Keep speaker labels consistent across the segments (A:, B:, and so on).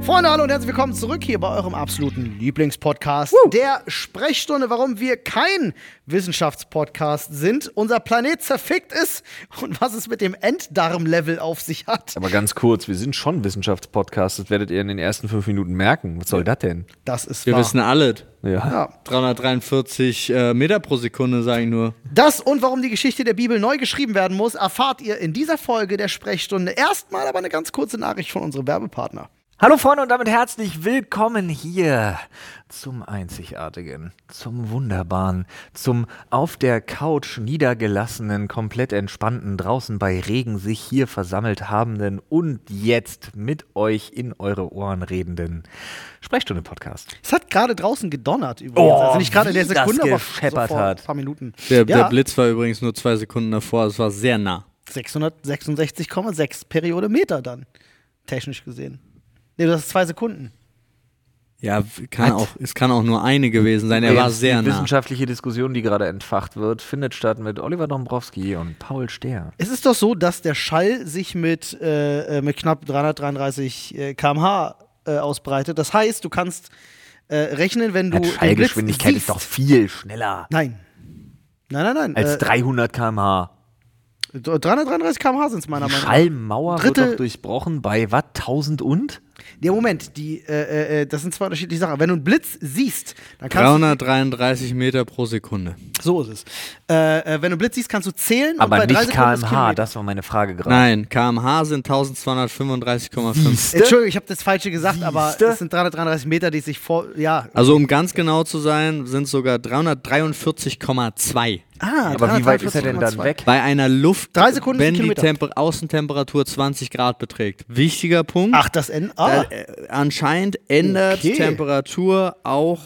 A: Freunde, hallo und herzlich willkommen zurück hier bei eurem absoluten Lieblingspodcast, der Sprechstunde, warum wir kein Wissenschaftspodcast sind, unser Planet zerfickt ist und was es mit dem Enddarmlevel auf sich hat.
B: Aber ganz kurz, wir sind schon Wissenschaftspodcast, das werdet ihr in den ersten fünf Minuten merken. Was soll das denn?
A: Das ist
C: Wir
A: wahr.
C: wissen alles.
B: Ja.
A: ja.
C: 343 äh, Meter pro Sekunde, sage ich nur.
A: Das und warum die Geschichte der Bibel neu geschrieben werden muss, erfahrt ihr in dieser Folge der Sprechstunde. Erstmal aber eine ganz kurze Nachricht von unserem Werbepartner.
B: Hallo Freunde und damit herzlich willkommen hier zum einzigartigen, zum wunderbaren, zum auf der Couch niedergelassenen, komplett entspannten, draußen bei Regen sich hier versammelt habenden und jetzt mit euch in eure Ohren redenden Sprechstunde Podcast.
A: Es hat gerade draußen gedonnert übrigens.
B: Oh,
A: also nicht gerade in der
B: wie das
A: Sekunde, aber
B: gescheppert
A: so vor
B: hat.
A: ein paar Minuten.
C: Der,
A: ja,
C: der Blitz war übrigens nur zwei Sekunden davor, es war sehr nah.
A: 666,6 Periode Meter dann, technisch gesehen. Nee, das ist zwei Sekunden.
C: Ja, w- kann auch, es kann auch nur eine gewesen sein, er
B: Übrigens,
C: war sehr
B: die
C: nah.
B: wissenschaftliche Diskussion, die gerade entfacht wird, findet statt mit Oliver Dombrowski und Paul Stehr.
A: Es ist doch so, dass der Schall sich mit, äh, äh, mit knapp 333 äh, km/h äh, ausbreitet. Das heißt, du kannst äh, rechnen, wenn du.
B: Die
A: den Blitz
B: Schallgeschwindigkeit
A: siehst.
B: ist doch viel schneller
A: Nein. Nein, nein, Äh, nein.
B: als
A: äh,
B: 300 km/h.
A: 333 km/h sind es meiner
B: Die
A: Meinung nach.
B: Schallmauer
A: Dritte-
B: wird doch durchbrochen bei was? 1000 und?
A: Nee, Moment, die, äh, äh, äh, das sind zwei unterschiedliche Sachen. Wenn du einen Blitz siehst, dann kannst
C: 333 Meter pro Sekunde.
A: du. So ist es. Äh, äh, wenn du einen Blitz siehst, kannst du zählen.
B: Aber
A: und bei drei
B: nicht
A: Sekunden ist
B: kmh,
A: Kilometer.
B: das war meine Frage gerade.
C: Nein, kmh sind 1235,5.
A: Entschuldigung, ich habe das Falsche gesagt, aber
B: Siehste?
A: es sind 333 Meter, die sich vor. Ja.
C: Also um ganz genau zu sein, sind es sogar 343,2.
A: Ah,
B: Aber wie weit ist er denn dann
A: 343,2.
B: weg?
C: Bei einer Luft,
A: Drei Sekunden
C: wenn
A: ist ein
C: die
A: Kilometer.
C: Temper Außentemperatur 20 Grad beträgt. Wichtiger Punkt.
A: Ach, das N. Ah.
C: Da, äh, anscheinend ändert
A: Okay.
C: Temperatur auch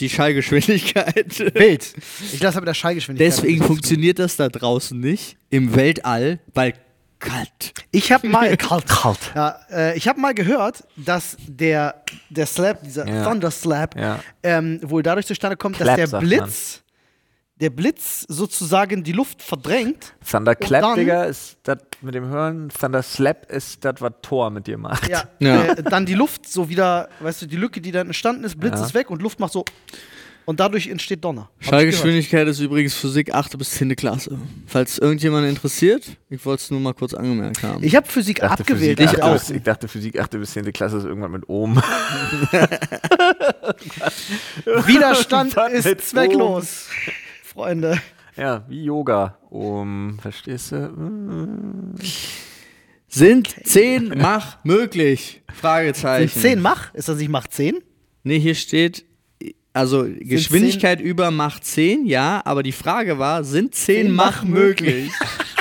C: die Schallgeschwindigkeit.
A: Bild. Ich lasse aber der Schallgeschwindigkeit.
C: Deswegen funktioniert das da draußen nicht im Weltall, weil kalt.
A: Ich habe mal kalt,
B: kalt.
A: Ja, äh, ich habe mal gehört, dass der der Slap, dieser
B: Ja.
A: Thunderslap,
B: Ja.
A: ähm, wohl dadurch zustande kommt,
B: Clap,
A: dass der
B: sagt
A: Blitz, der Blitz sozusagen die Luft verdrängt. Und
B: Thunderclap,
A: dann-
B: Digga, ist das mit dem Hören. Thunderslap ist das, was Thor mit dir macht.
A: Ja,
C: Ja.
A: Äh, dann die Luft so wieder, weißt du, die Lücke, die dann entstanden ist, Blitz
B: Ja.
A: ist weg und Luft macht so und dadurch entsteht Donner. Hab ich gehört.
C: Schallgeschwindigkeit ist übrigens Physik 8 bis 10. Klasse. Falls irgendjemand interessiert, ich wollte es nur mal kurz angemerkt haben.
A: Ich habe Physik
B: Ich dachte,
A: abgewählt.
B: Physik,
A: Alter.
B: achte bis- ich dachte, Physik 8. bis 10. Klasse ist irgendwann mit Ohm.
A: Widerstand
B: Was mit
A: ist zwecklos, Freunde.
B: ja, wie Yoga. Ohm, verstehst du?
C: Sind 10 Mach möglich? Fragezeichen.
A: Zehn
B: Hm.
A: Mach? Ist das nicht Mach 10?
C: Nee, hier steht, also Geschwindigkeit über Macht 10, ja, aber die Frage war, sind 10
A: 10 Mach
C: Mach möglich?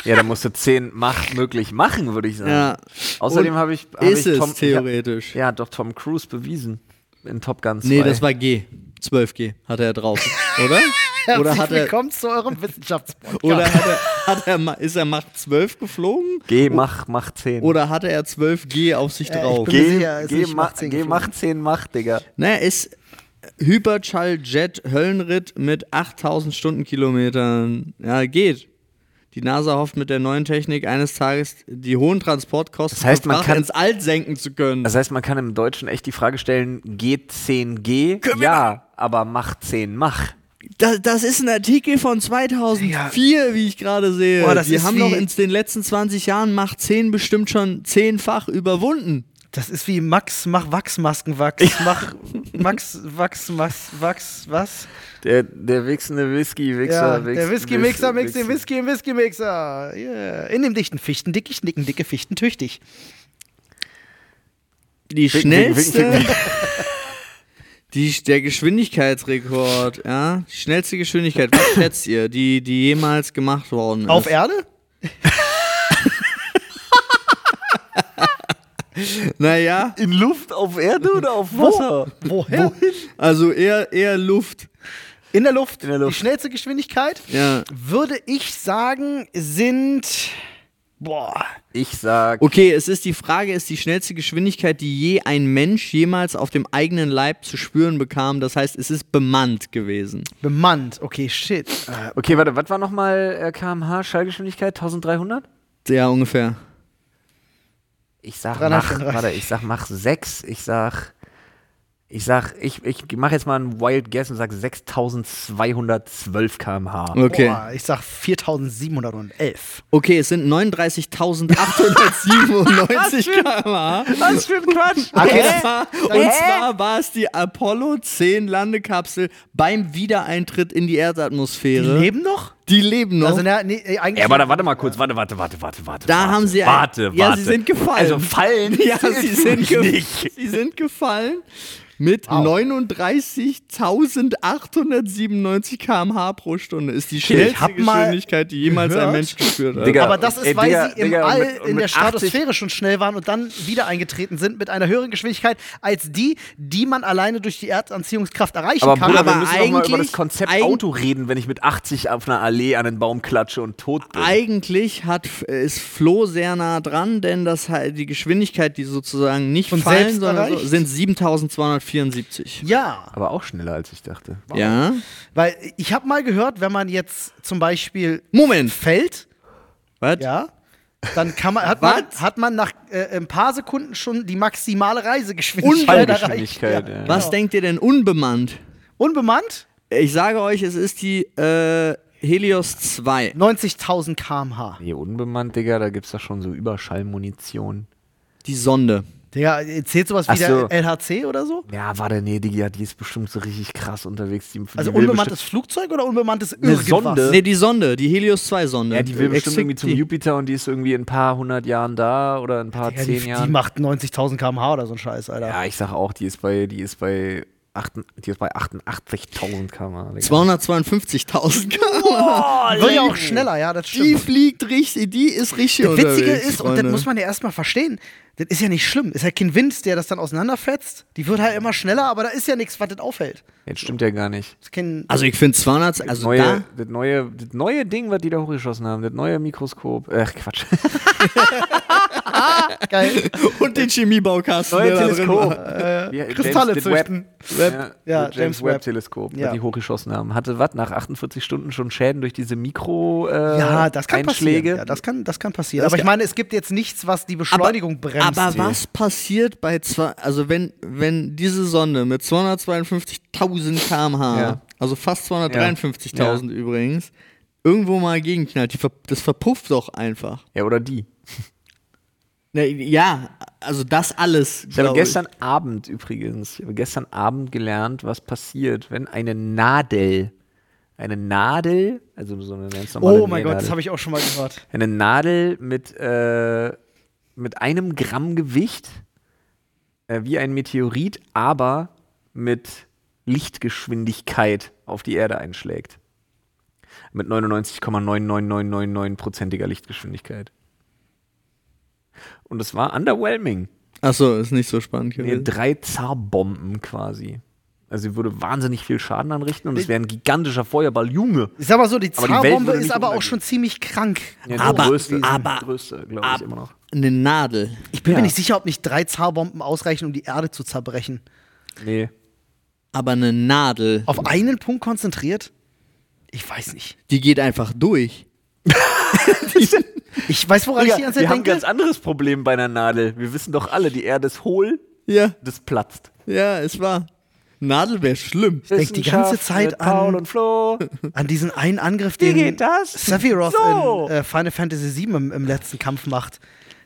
B: Ja, da musst du 10 Mach möglich machen, würde ich sagen.
C: Ja.
B: Außerdem
C: Und
B: habe ich, hab
C: ist
B: ich
C: es
B: Tom,
C: theoretisch?
B: Ich, ja, doch Tom Cruise bewiesen in Top Gun 2.
C: Nee, das war G. 12G hatte er drauf, oder? Oder
A: Herzlich
C: hat er,
A: willkommen zu eurem Wissenschaftspodcast.
C: oder hat er, hat er, ma- ist er Macht 12 geflogen?
B: Geh, mach, mach 10.
C: Oder hatte er 12G auf
B: Äh,
C: sich
A: ich
C: drauf?
A: bin-
B: Geh,
A: mir sicher, er ist
B: geh,
A: nicht
B: ma,
A: Mach 10
B: geh,
A: geflogen.
B: mach 10, mach, Digga.
C: Naja, ist Hyperschall-Jet Höllenritt mit 8000 Stundenkilometern. Ja, geht. Die NASA hofft mit der neuen Technik eines Tages die hohen Transportkosten
B: Das heißt,
C: von
B: man
C: Fracht
B: kann-
C: ins Alt senken zu können.
B: Das heißt, man kann im Deutschen echt die Frage stellen, G10G, ja, aber mach 10, mach.
C: Das, das ist ein Artikel von 2004, wie ich gerade sehe.
A: Boah, das
C: Wir
A: ist
C: haben doch
A: wie-
C: in den letzten 20 Jahren Macht 10 bestimmt schon zehnfach überwunden.
A: Das ist wie Max, mach Wachsmaskenwachs. Mach Max, Wachs, Max, Wachs, was?
B: Der, der wichsende Whisky-Wichser.
A: Ja, der Whisky-Mixer mixt den Whisky im Whisky-Mixer. Yeah. In dem dichten Fichten dickicht, nicken dicke Fichten tüchtig.
C: Die
B: Wink, wink, wink,
C: schnellste.
B: wink,
C: Die, der Geschwindigkeitsrekord, ja. Die schnellste Geschwindigkeit, was schätzt ihr, die, die jemals gemacht worden ist?
A: Auf Erde?
C: Naja,
B: In Luft, auf Erde oder auf Wasser?
A: Woher?
C: also eher, eher Luft.
A: In der Luft.
B: In der Luft.
A: Die schnellste Geschwindigkeit,
C: Ja.
A: würde ich sagen, sind. Boah.
B: Ich sag,
C: Okay, es ist die Frage, ist die schnellste Geschwindigkeit, die je ein Mensch jemals auf dem eigenen Leib zu spüren bekam. Das heißt, es ist bemannt gewesen.
A: Bemannt. Okay, shit.
B: okay, warte, was war nochmal äh, kmh, Schallgeschwindigkeit, 1300?
C: Ja, ungefähr.
B: Ich sag mach,
A: 334.
B: warte, ich sag mach sechs. Ich sag, ich sag, ich, ich mach jetzt mal einen Wild Guess und sag 6212 km/h.
C: Okay.
A: Boah, ich sag 4711.
C: Okay, es sind 39.897 km/h.
B: Was für ein Quatsch!
A: Okay,
C: Und
A: das-
C: zwar-
B: Hä?
C: Und zwar war es die Apollo 10 Landekapsel beim Wiedereintritt in die
A: Die
C: Erdatmosphäre.
A: leben noch?
C: Die leben noch.
A: Also, na, nee, eigentlich.
B: Ja, aber da warte mal kurz, warte, warte, warte, warte, warte.
C: Da
B: ne, warte,
C: haben sie ein-
B: Warte, warte.
C: Ja, sie sind gefallen.
B: Also fallen.
C: ja, sie sind, ge
B: nicht.
C: sie sind gefallen mit 39.897 km/h pro Stunde. Ist die
A: hab
C: schnellste
A: mal
C: Geschwindigkeit, die jemals ein
A: gehört-
C: Mensch gespürt hat.
B: Digga,
A: aber das ist,
B: Ey,
A: weil
B: Digga,
A: sie im
B: Digga, und
A: All
B: mit- und
A: in der
B: mit 80
A: Stratosphäre schon schnell waren und dann wieder eingetreten sind mit einer höheren Geschwindigkeit als die, die man alleine durch die Erdanziehungskraft erreichen
B: Aber
A: kann.
B: Bruder, wir
C: aber
B: müssen doch mal über das
C: eigentlich-
B: Konzept
C: eig-
B: Auto reden, wenn ich mit 80 auf einer Allee an den Baum klatsche und tot bin.
C: Eigentlich hat, ist Flo sehr nah dran, denn das, die Geschwindigkeit, die sozusagen nicht
A: Von
C: fallen,
A: selbst
C: sondern so,
A: erreicht?
C: sind 7.274.
A: ja,
B: Aber auch schneller, als ich dachte.
C: Ja.
A: weil ich habe mal gehört, wenn man jetzt zum Beispiel
C: Moment.
A: fällt,
C: Was?
A: ja, dann kann man, hat, man,
C: Was?
A: hat man nach äh, ein paar Sekunden schon die maximale Reisegeschwindigkeit erreicht.
B: Unfallgeschwindigkeit. Ja.
C: Was denkt ihr denn unbemannt?
A: Unbemannt
C: Ich sage euch, es ist die äh, Helios 2.
A: 90.000 km/h.
B: Nee, unbemannt, Digga, da gibt's doch schon so Überschallmunition.
C: Die Sonde.
A: Digga, zählt sowas wie
B: Ach
A: der
B: so.
A: LHC oder so?
B: Ja, warte, nee, Digga, die ist bestimmt so richtig krass unterwegs. Die, die
A: Also
B: will
A: unbemanntes Flugzeug oder unbemanntes irgendwas?
B: Sonde.
C: Nee, die Sonde, die Helios 2 Sonde.
B: bestimmt- Ja, die will bestimmt
C: Exakt
B: irgendwie zum
C: die-
B: Jupiter und die ist irgendwie in ein paar hundert Jahren da oder in ein paar
A: Ja, die,
B: zehn
A: die
B: Jahren.
A: macht 90.000 km/h oder so ein Scheiß, Alter.
B: Ja, ich sag auch, die ist bei, die ist bei, acht- die ist bei 88.000 km.
C: 252.000
B: Oh,
A: Wird ja auch schneller, ja, das
C: Die
A: stimmt.
C: fliegt richtig, die ist richtig
A: das Witzige
C: unterwegs,
A: ist, und
C: Freunde.
A: das muss man ja erstmal verstehen, das ist ja nicht schlimm. Ist halt kein Wind, der das dann auseinanderfetzt. Die wird halt immer schneller, aber da ist ja nichts, was das aufhält.
B: Jetzt stimmt ja gar nicht.
A: Das ist kein
C: Also ich finde 200, also
B: neue,
C: da...
B: das, neue, das neue Ding, was die da hochgeschossen haben, das neue Mikroskop. Ach, Quatsch.
A: geil.
C: Und den Chemiebaukasten,
B: Neue
C: der da drin
B: Teleskop.
C: war.
B: Ja,
A: Kristalle
B: das
A: züchten.
B: Webb.
A: Ja,
B: Ja,
A: James
B: das James
A: Webb.
B: Webb Telesop,
A: Ja.
B: das die hochgeschossen haben. Hatte was nach 48 Stunden schon Schäden durch diese Mikro äh,
A: Ja, das kann
B: Einschläge.
A: passieren. Ja, das, kann, das kann passieren.
C: Das
A: aber ich
C: kann-
A: meine, es gibt jetzt nichts, was die Beschleunigung bremst.
C: Aber was passiert bei zwei, also wenn, wenn diese Sonde mit 252.000 km/h,
B: Ja.
C: also fast 253.000 übrigens, irgendwo mal gegenknallt, die, ver- das verpufft doch einfach.
B: Ja, oder die.
C: Na, ja, also das alles.
B: Ich
A: Genau.
B: habe
C: glaub ich.
B: gestern Abend übrigens, ich habe gestern Abend gelernt, was passiert, wenn eine Nadel, eine Nadel, also so eine ganz normale
A: oh mein Gott, das
B: Nähnadel,
A: habe ich auch schon mal gehört.
B: eine Nadel mit, äh, mit einem Gramm Gewicht, äh, wie ein Meteorit, aber mit Lichtgeschwindigkeit auf die Erde einschlägt. Mit 99,99999%iger Lichtgeschwindigkeit. Und es war underwhelming.
C: Ach so, ist nicht so spannend
B: Nee,
C: gewesen.
B: drei Zarbomben quasi. Also sie würde wahnsinnig viel Schaden anrichten und es wäre ein gigantischer Feuerball. Junge!
A: Ich sag mal so, die
B: Aber die Welt würde
A: Zarbombe
B: nicht
A: ist aber auch
B: untergehen.
A: schon ziemlich krank.
B: Ja, die
C: Aber-
B: größte,
C: aber-
B: die größte, glaube ich,
C: ab-
B: immer noch.
C: Eine Nadel.
A: Ich bin
B: Ja.
A: mir nicht sicher, ob nicht drei Zarbomben ausreichen, um die Erde zu zerbrechen.
B: Nee.
C: Aber eine Nadel,
A: Auf einen Punkt konzentriert? Ich weiß nicht.
C: die geht einfach durch.
A: Ich weiß, woran ich die ganze
B: wir
A: Zeit
B: haben ein
A: denke.
B: ganz anderes Problem bei einer Nadel. Wir wissen doch alle, die Erde ist hohl,
C: Ja,
B: das platzt.
C: ja, es war. Nadel wäre schlimm.
A: denk die ganze Zeit
B: mit Paul
A: an-
B: und Flo.
A: An diesen einen Angriff,
B: Wie
A: den
B: geht das?
A: Sephiroth
B: So.
A: in äh, Final Fantasy VII im, im letzten Kampf macht.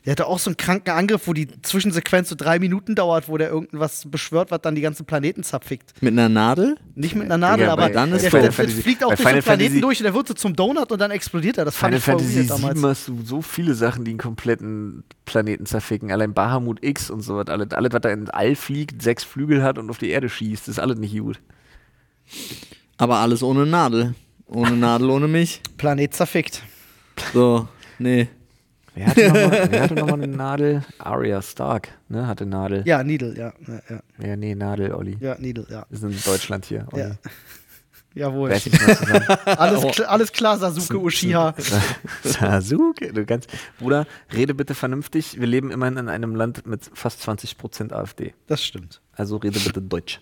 A: Der hatte auch so einen kranken Angriff, wo die Zwischensequenz so drei Minuten dauert, wo der irgendwas beschwört, was dann die ganzen Planeten zerfickt.
C: Mit einer Nadel?
A: Nicht mit einer Nadel,
B: Digga,
A: aber
B: bei-
C: dann ist
A: der,
C: Final
A: der, der
B: Fantasy-
A: fliegt auch
B: bei
A: durch den
B: Final
A: Planeten
B: Fantasy-
A: durch und der wird so zum Donut und dann explodiert er. Das fand
B: Final
A: ich voll
B: Fantasy
A: weird damals.
B: 7 hast du so viele Sachen, die einen kompletten Planeten zerficken. Allein Bahamut X und so was. Alles, alles, was da ins All fliegt, sechs Flügel hat und auf die Erde schießt, ist alles nicht gut.
C: Aber alles ohne Nadel. Ohne Nadel, ohne mich.
A: Planet zerfickt.
C: So, nee.
B: Wer hatte nochmal noch mal eine Nadel? Arya Stark, ne? Hatte Nadel.
A: Ja, Needle, ja. Ja, ja,
B: Ja, nee, Nadel, Olli.
A: ja Needle, ja.
B: Wir sind in Deutschland hier.
C: Oh
B: Olli.
A: Ja. Jawohl.
B: Reiß dich mal zusammen.
A: Alles, kl alles klar, Sasuke Uchiha.
B: Sasuke, du kannst. Bruder, rede bitte vernünftig. Wir leben immerhin in einem Land mit fast 20% AfD.
A: Das stimmt.
B: Also rede bitte Deutsch.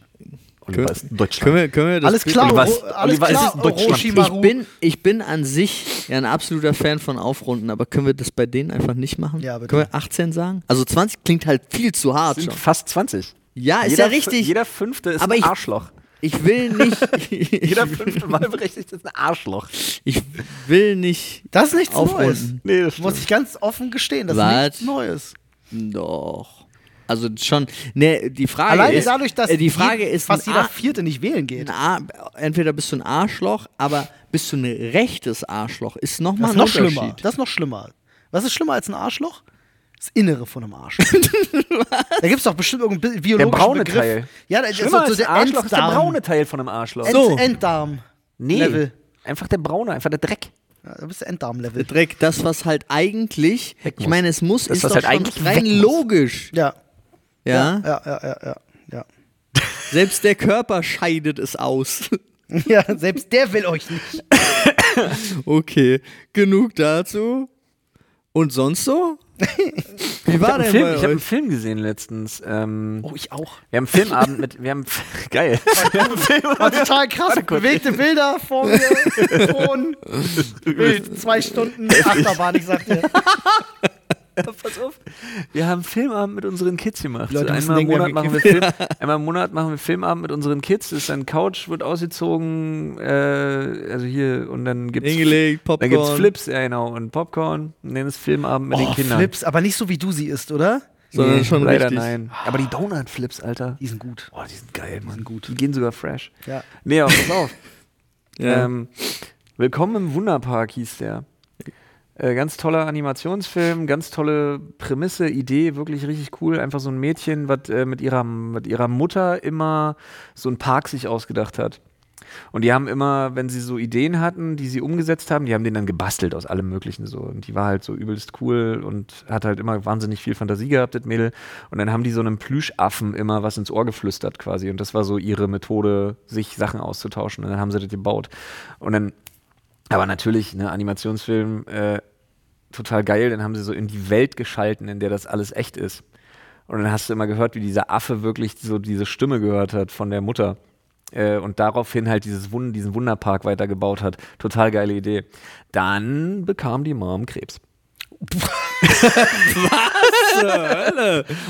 B: Oliver ist
C: Können
B: Deutschland.
C: wir, können wir das
A: Alles
C: Bild-
A: klar,
B: Oliver,
A: Oro-
B: es-
A: alles
B: Oliver, es
A: klar,
B: ist Deutschland.
A: Orochi
C: Ich
A: Maru.
C: bin, ich bin an sich ja ein absoluter Fan von Aufrunden, aber können wir das bei denen einfach nicht machen?
A: Ja, bitte.
C: Können wir 18 sagen? Also 20 klingt halt viel zu hart
B: sind
C: schon.
B: fast 20.
C: Ja, ist
B: jeder,
C: ja richtig.
B: Jeder fünfte ist
C: Aber
B: ein
C: ich-
B: Arschloch.
C: Ich will nicht. ich,
B: Jeder fünfte Wahlberechtigte ist ein Arschloch.
C: ich will nicht
A: Das ist nichts Neues.
C: aufrunden.
B: Nee, das
C: halt
A: Muss ich ganz offen gestehen, das
C: Was?
A: ist nichts Neues.
C: Doch. Also schon. Ne, die Frage
A: Alleine
C: ist.
A: dadurch, dass
C: äh, die Frage
A: je-
C: ist,
A: fast
C: ein
A: jeder
C: Ar-
A: Vierte nicht wählen geht.
C: ein Ar entweder bist du ein Arschloch, aber bist du ein rechtes Arschloch, ist
A: Das
C: nochmal
A: ist
C: ein
A: noch
C: Unterschied.
A: schlimmer. Das ist noch schlimmer. Was ist schlimmer als ein Arschloch? Das Innere von einem Arsch. da gibt es doch bestimmt irgendeinen bi- biologischen
B: braune
A: Begriff.
B: Teil.
A: Ja, das
B: Schlimmer
A: ist so,
B: als
A: so der
B: Arschloch ist der
A: Enddarm.
B: braune Teil von einem Arschloch.
A: End,
C: So.
A: Enddarm.
B: nee,
A: Level.
B: einfach der braune, einfach der Dreck.
A: Ja, da bist du Enddarm-Level.
C: Dreck, das, was halt eigentlich,
B: Weg
C: ich
B: muss.
C: meine, es muss,
B: Das,
C: ist
B: was
C: doch
B: halt
C: schon
B: eigentlich weg
C: rein
B: muss.
C: logisch.
A: Ja.
C: Ja?
A: Ja, ja, ja, ja. ja.
C: Selbst der Körper scheidet es aus.
A: Ja, Ja, selbst der will euch nicht.
C: Okay, genug dazu. Und sonst so? Wie
B: Ich
C: war
B: habe einen,
C: denn
B: Film-
C: bei
B: ich hab einen
C: euch?
B: Film gesehen letztens. Ähm,
A: Oh, ich auch.
B: Wir haben einen Filmabend mit. Wir haben. Geil. Wir haben einen
A: War
B: Filmabend-
A: total krass. Bewegte Bilder vor mir. Ton. Bild. Zwei Stunden Achterbahn, ich sag dir.
B: Pass auf. Wir haben einen Filmabend mit unseren Kids gemacht.
A: Die Leute
B: so
A: müssen
B: einmal, im
A: denken, wir
B: Monat
A: haben
B: machen wir Film, einmal im Monat machen wir Filmabend mit unseren Kids. Das ist dann Couch, wird ausgezogen. Äh, also hier. Und dann gibt's.
C: Hingelegt,
B: Dann gibt's
C: Popcorn.
B: Flips, ja genau. Und Popcorn. Und dann ist Filmabend mit den Kindern.
A: Oh, Flips, aber nicht so wie du sie isst, oder?
C: Sondern schon
B: leider
C: richtig.
B: nein. Aber die Donut-Flips, Alter.
A: Die sind gut.
B: Boah, die sind geil, Mann. Gut. Die gehen sogar fresh.
A: Ja.
B: Nee, aber pass auf.
C: Ja.
B: Ähm, Willkommen im Wunderpark hieß der. Äh, ganz toller Animationsfilm, ganz tolle Prämisse, Idee, wirklich richtig cool. Einfach so ein Mädchen, was äh, mit, ihrer, mit ihrer Mutter immer so einen Park sich ausgedacht hat. Und die haben immer, wenn sie so Ideen hatten, die sie umgesetzt haben, die haben den dann gebastelt aus allem Möglichen so. Und die war halt so übelst cool und hat halt immer wahnsinnig viel Fantasie gehabt, das Mädel. Und dann haben die so einem Plüschaffen immer was ins Ohr geflüstert quasi. Und das war so ihre Methode, sich Sachen auszutauschen. Und dann haben sie das gebaut. Und dann, aber natürlich, ne, Animationsfilm, äh, total geil. Dann haben sie so in die Welt geschalten, in der das alles echt ist. Und dann hast du immer gehört, wie dieser Affe wirklich so diese Stimme gehört hat von der Mutter. Äh, und daraufhin halt dieses Wund diesen Wunderpark weitergebaut hat. Total geile Idee. Dann bekam die Mom Krebs.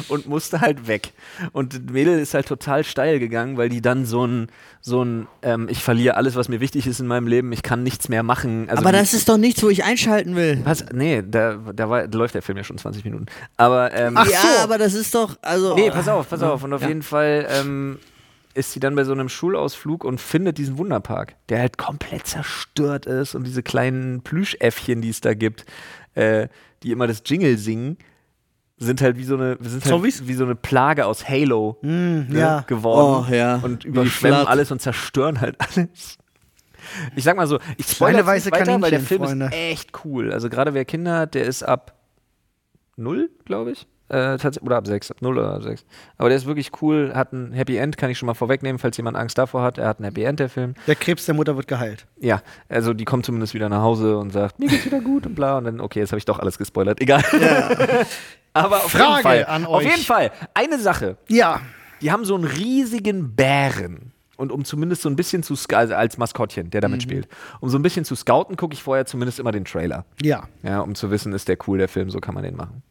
B: und musste halt weg. Und das Mädel ist halt total steil gegangen, weil die dann so ein, so ein, ähm, ich verliere alles, was mir wichtig ist in meinem Leben, ich kann nichts mehr machen. Also
C: Aber
B: die-
C: das ist doch nichts, wo ich einschalten will.
B: was? Nee, da, da, war, da läuft der Film ja schon 20 Minuten. Aber ähm,
A: Ach
C: ja,
A: so.
C: aber das ist doch, also.
B: Nee, pass auf, pass auf. Und auf
C: Ja.
B: jeden Fall ähm, ist sie dann bei so einem Schulausflug und findet diesen Wunderpark, der halt komplett zerstört ist und diese kleinen Plüschäffchen, die es da gibt, äh, die immer das Jingle singen, sind halt wie so eine, sind
A: Zombies? Hm,
B: halt wie so eine Plage aus Halo ne,
A: ja.
B: geworden
C: Oh, ja.
B: und
C: Wie
B: überschwemmen
C: Flood.
B: alles und zerstören halt alles. Ich sag mal so, ich spoilere jetzt
A: weiße
B: nicht weiter, weil der
A: Kaninchen,
B: Film
A: Freunde.
B: ist echt cool. Also gerade wer Kinder hat, der ist ab null, glaube ich. Äh, tats- oder ab sechs, ab null oder ab sechs. Aber der ist wirklich cool, hat ein Happy End, kann ich schon mal vorwegnehmen, falls jemand Angst davor hat. Er hat ein Happy End, der Film.
A: Der Krebs der Mutter wird geheilt.
B: Ja, also die kommt zumindest wieder nach Hause und sagt, mir geht's wieder gut und bla. Und dann, okay, jetzt habe ich doch alles gespoilert. Egal. Aber auf jeden
A: Frage
B: Fall,
A: an
B: auf
A: euch.
B: jeden Fall, eine Sache.
A: Ja.
B: Die haben so einen riesigen Bären. Und um zumindest so ein bisschen zu sc- also als Maskottchen, der
D: Mhm.
B: damit spielt. Um so ein bisschen zu scouten, gucke ich vorher zumindest immer den Trailer.
A: Ja.
B: Ja, um zu wissen, ist der cool, der Film, so kann man den machen.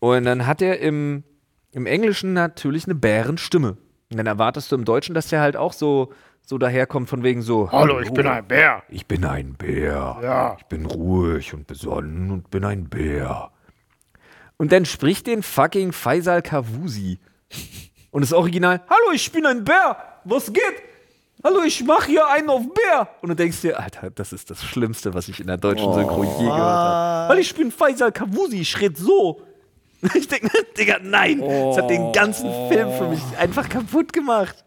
B: Und dann hat er im, im Englischen natürlich eine Bärenstimme. Und dann erwartest du im Deutschen, dass der halt auch so, so daherkommt, von wegen so:
D: Hallo, ich bin ein Bär.
B: Ich bin ein Bär.
D: Ja.
B: Ich bin ruhig und besonnen und bin ein Bär. Und dann spricht den fucking Faisal Kavusi. Und das Original: Hallo, ich bin ein Bär. Was geht? Hallo, ich mach hier einen auf Bär. Und du denkst dir, Alter, das ist das Schlimmste, was ich in der deutschen Synchro je gehört
C: Oh.
B: habe. Weil ich bin Faisal Kavusi, ich red so. Ich denke, Digga, nein. Das hat den ganzen
C: Oh.
B: Film für mich einfach kaputt gemacht.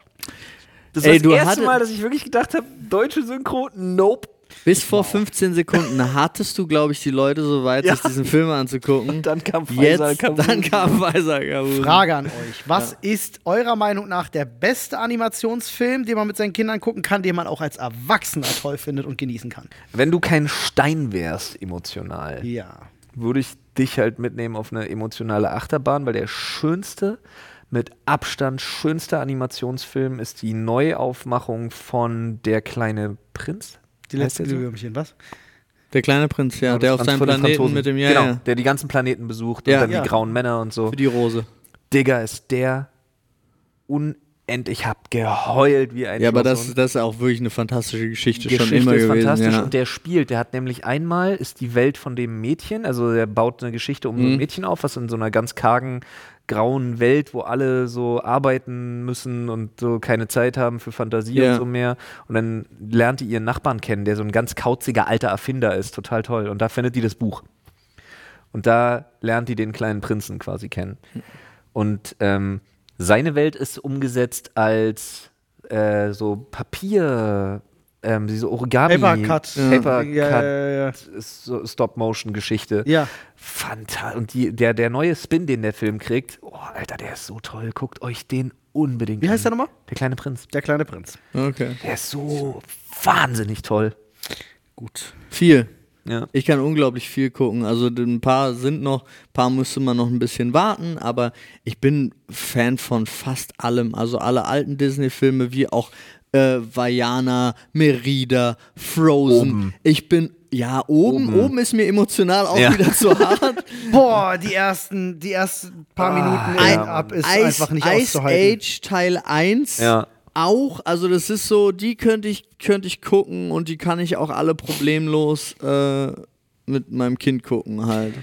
B: Das war
C: Ey, du
B: das erste
C: hattest-
B: Mal, dass ich wirklich gedacht habe, deutsche Synchro, nope.
C: Bis vor 15 Sekunden hattest du, glaube ich, die Leute so weit,
B: Ja.
C: sich diesen Film anzugucken.
B: Dann kam Faisal
C: Jetzt,
B: Kavusi.
C: dann kam Weiser Kabul.
A: Frage an euch. Was ist eurer Meinung nach der beste Animationsfilm, den man mit seinen Kindern gucken kann, den man auch als Erwachsener toll findet und genießen kann?
B: Wenn du kein Stein wärst, emotional,
A: Ja.
B: würde ich dich halt mitnehmen auf eine emotionale Achterbahn, weil der schönste, mit Abstand schönster Animationsfilm ist die Neuaufmachung von Der kleine Prinz.
A: Die
B: Heißt
A: letzte
B: der so?
A: Glühwürmchen, was?
C: Der kleine Prinz, ja, der auf
B: Franz-
C: seinem
B: von den
C: Planeten
B: Franzosen.
C: mit dem, ja,
B: genau,
C: ja,
B: der die ganzen Planeten besucht
C: Ja.
B: und dann
A: Ja.
B: die grauen Männer und so.
C: für die Rose.
B: Digga, ist der unendlich. Ich hab geheult wie ein
C: Ja, aber
B: Schlosshund.
C: das, das ist auch wirklich eine fantastische Geschichte,
B: Die
C: schon immer
B: ist
C: gewesen.
B: fantastisch
C: ja.
B: und der spielt. Der hat nämlich einmal ist die Welt von dem Mädchen, also der baut eine Geschichte um so
C: Mhm.
B: ein Mädchen auf, was in so einer ganz kargen grauen Welt, wo alle so arbeiten müssen und so keine Zeit haben für Fantasie
C: Ja.
B: und so mehr. Und dann lernt die ihren Nachbarn kennen, der so ein ganz kauziger alter Erfinder ist, total toll. Und da findet die das Buch. Und da lernt die den kleinen Prinzen quasi kennen. Und ähm, seine Welt ist umgesetzt als äh, so Papier, ähm, diese Origami.
A: Papercut.
B: Papercut.
A: Ja, ja, ja, ja.
B: ist so Stop-Motion-Geschichte.
A: Ja.
B: Fanta. Und die, der, der neue Spin, den der Film kriegt, oh, Alter, der ist so toll. Guckt euch den unbedingt
A: Wie heißt der
B: an.
A: nochmal?
B: Der kleine Prinz.
A: Der kleine Prinz.
C: Okay.
B: Der ist so wahnsinnig toll.
A: Gut.
C: Viel.
B: Ja.
C: Ich kann unglaublich viel gucken. Also ein paar sind noch, ein paar müsste man noch ein bisschen warten, aber ich bin Fan von fast allem. Also alle alten Disney-Filme wie auch äh, Vajana, Merida, Frozen. Ich bin, ja, oben, oben, ist mir emotional auch
B: Ja.
C: wieder zu hart.
A: Boah, die ersten, die ersten paar Minuten
B: ja,
A: ein
B: Mann.
A: ab ist
C: Ice,
A: einfach nicht
C: Ice
A: auszuhalten.
C: Age Teil 1
B: Ja.
C: auch, also das ist so, die könnte ich, könnte ich gucken und die kann ich auch alle problemlos äh, mit meinem Kind gucken halt.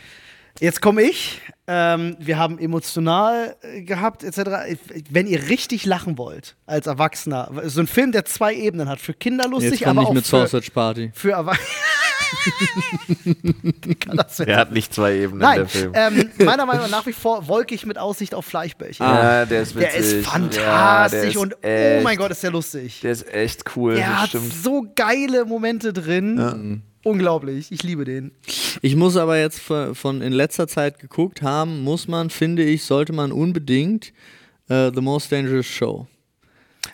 A: Jetzt komme ich. Ähm, wir haben emotional äh, gehabt, etc. Wenn ihr richtig lachen wollt als Erwachsener, so ein Film, der zwei Ebenen hat, für Kinder
C: Jetzt
A: lustig,
C: komm
A: aber
C: nicht
A: auch
C: mit
A: für,
C: Sausage Party.
A: für Erwachsene. das wär-
B: Der hat nicht zwei Ebenen,
A: Nein,
B: der Film.
A: ähm, meiner Meinung nach nach wie vor wolkig mit Aussicht auf Fleischbällchen.
B: ja, der ist Ah, witzig.
A: der ist
B: Ja, der
A: fantastisch
B: ist
A: und oh
B: echt-
A: mein Gott, ist der lustig.
B: Der ist echt cool,
A: Der
B: das
A: hat
B: stimmt.
A: so geile Momente drin. Unglaublich, ich liebe den.
C: Ich muss aber jetzt von, von in letzter Zeit geguckt haben, muss man, finde ich, sollte man unbedingt äh, The Most Dangerous Show.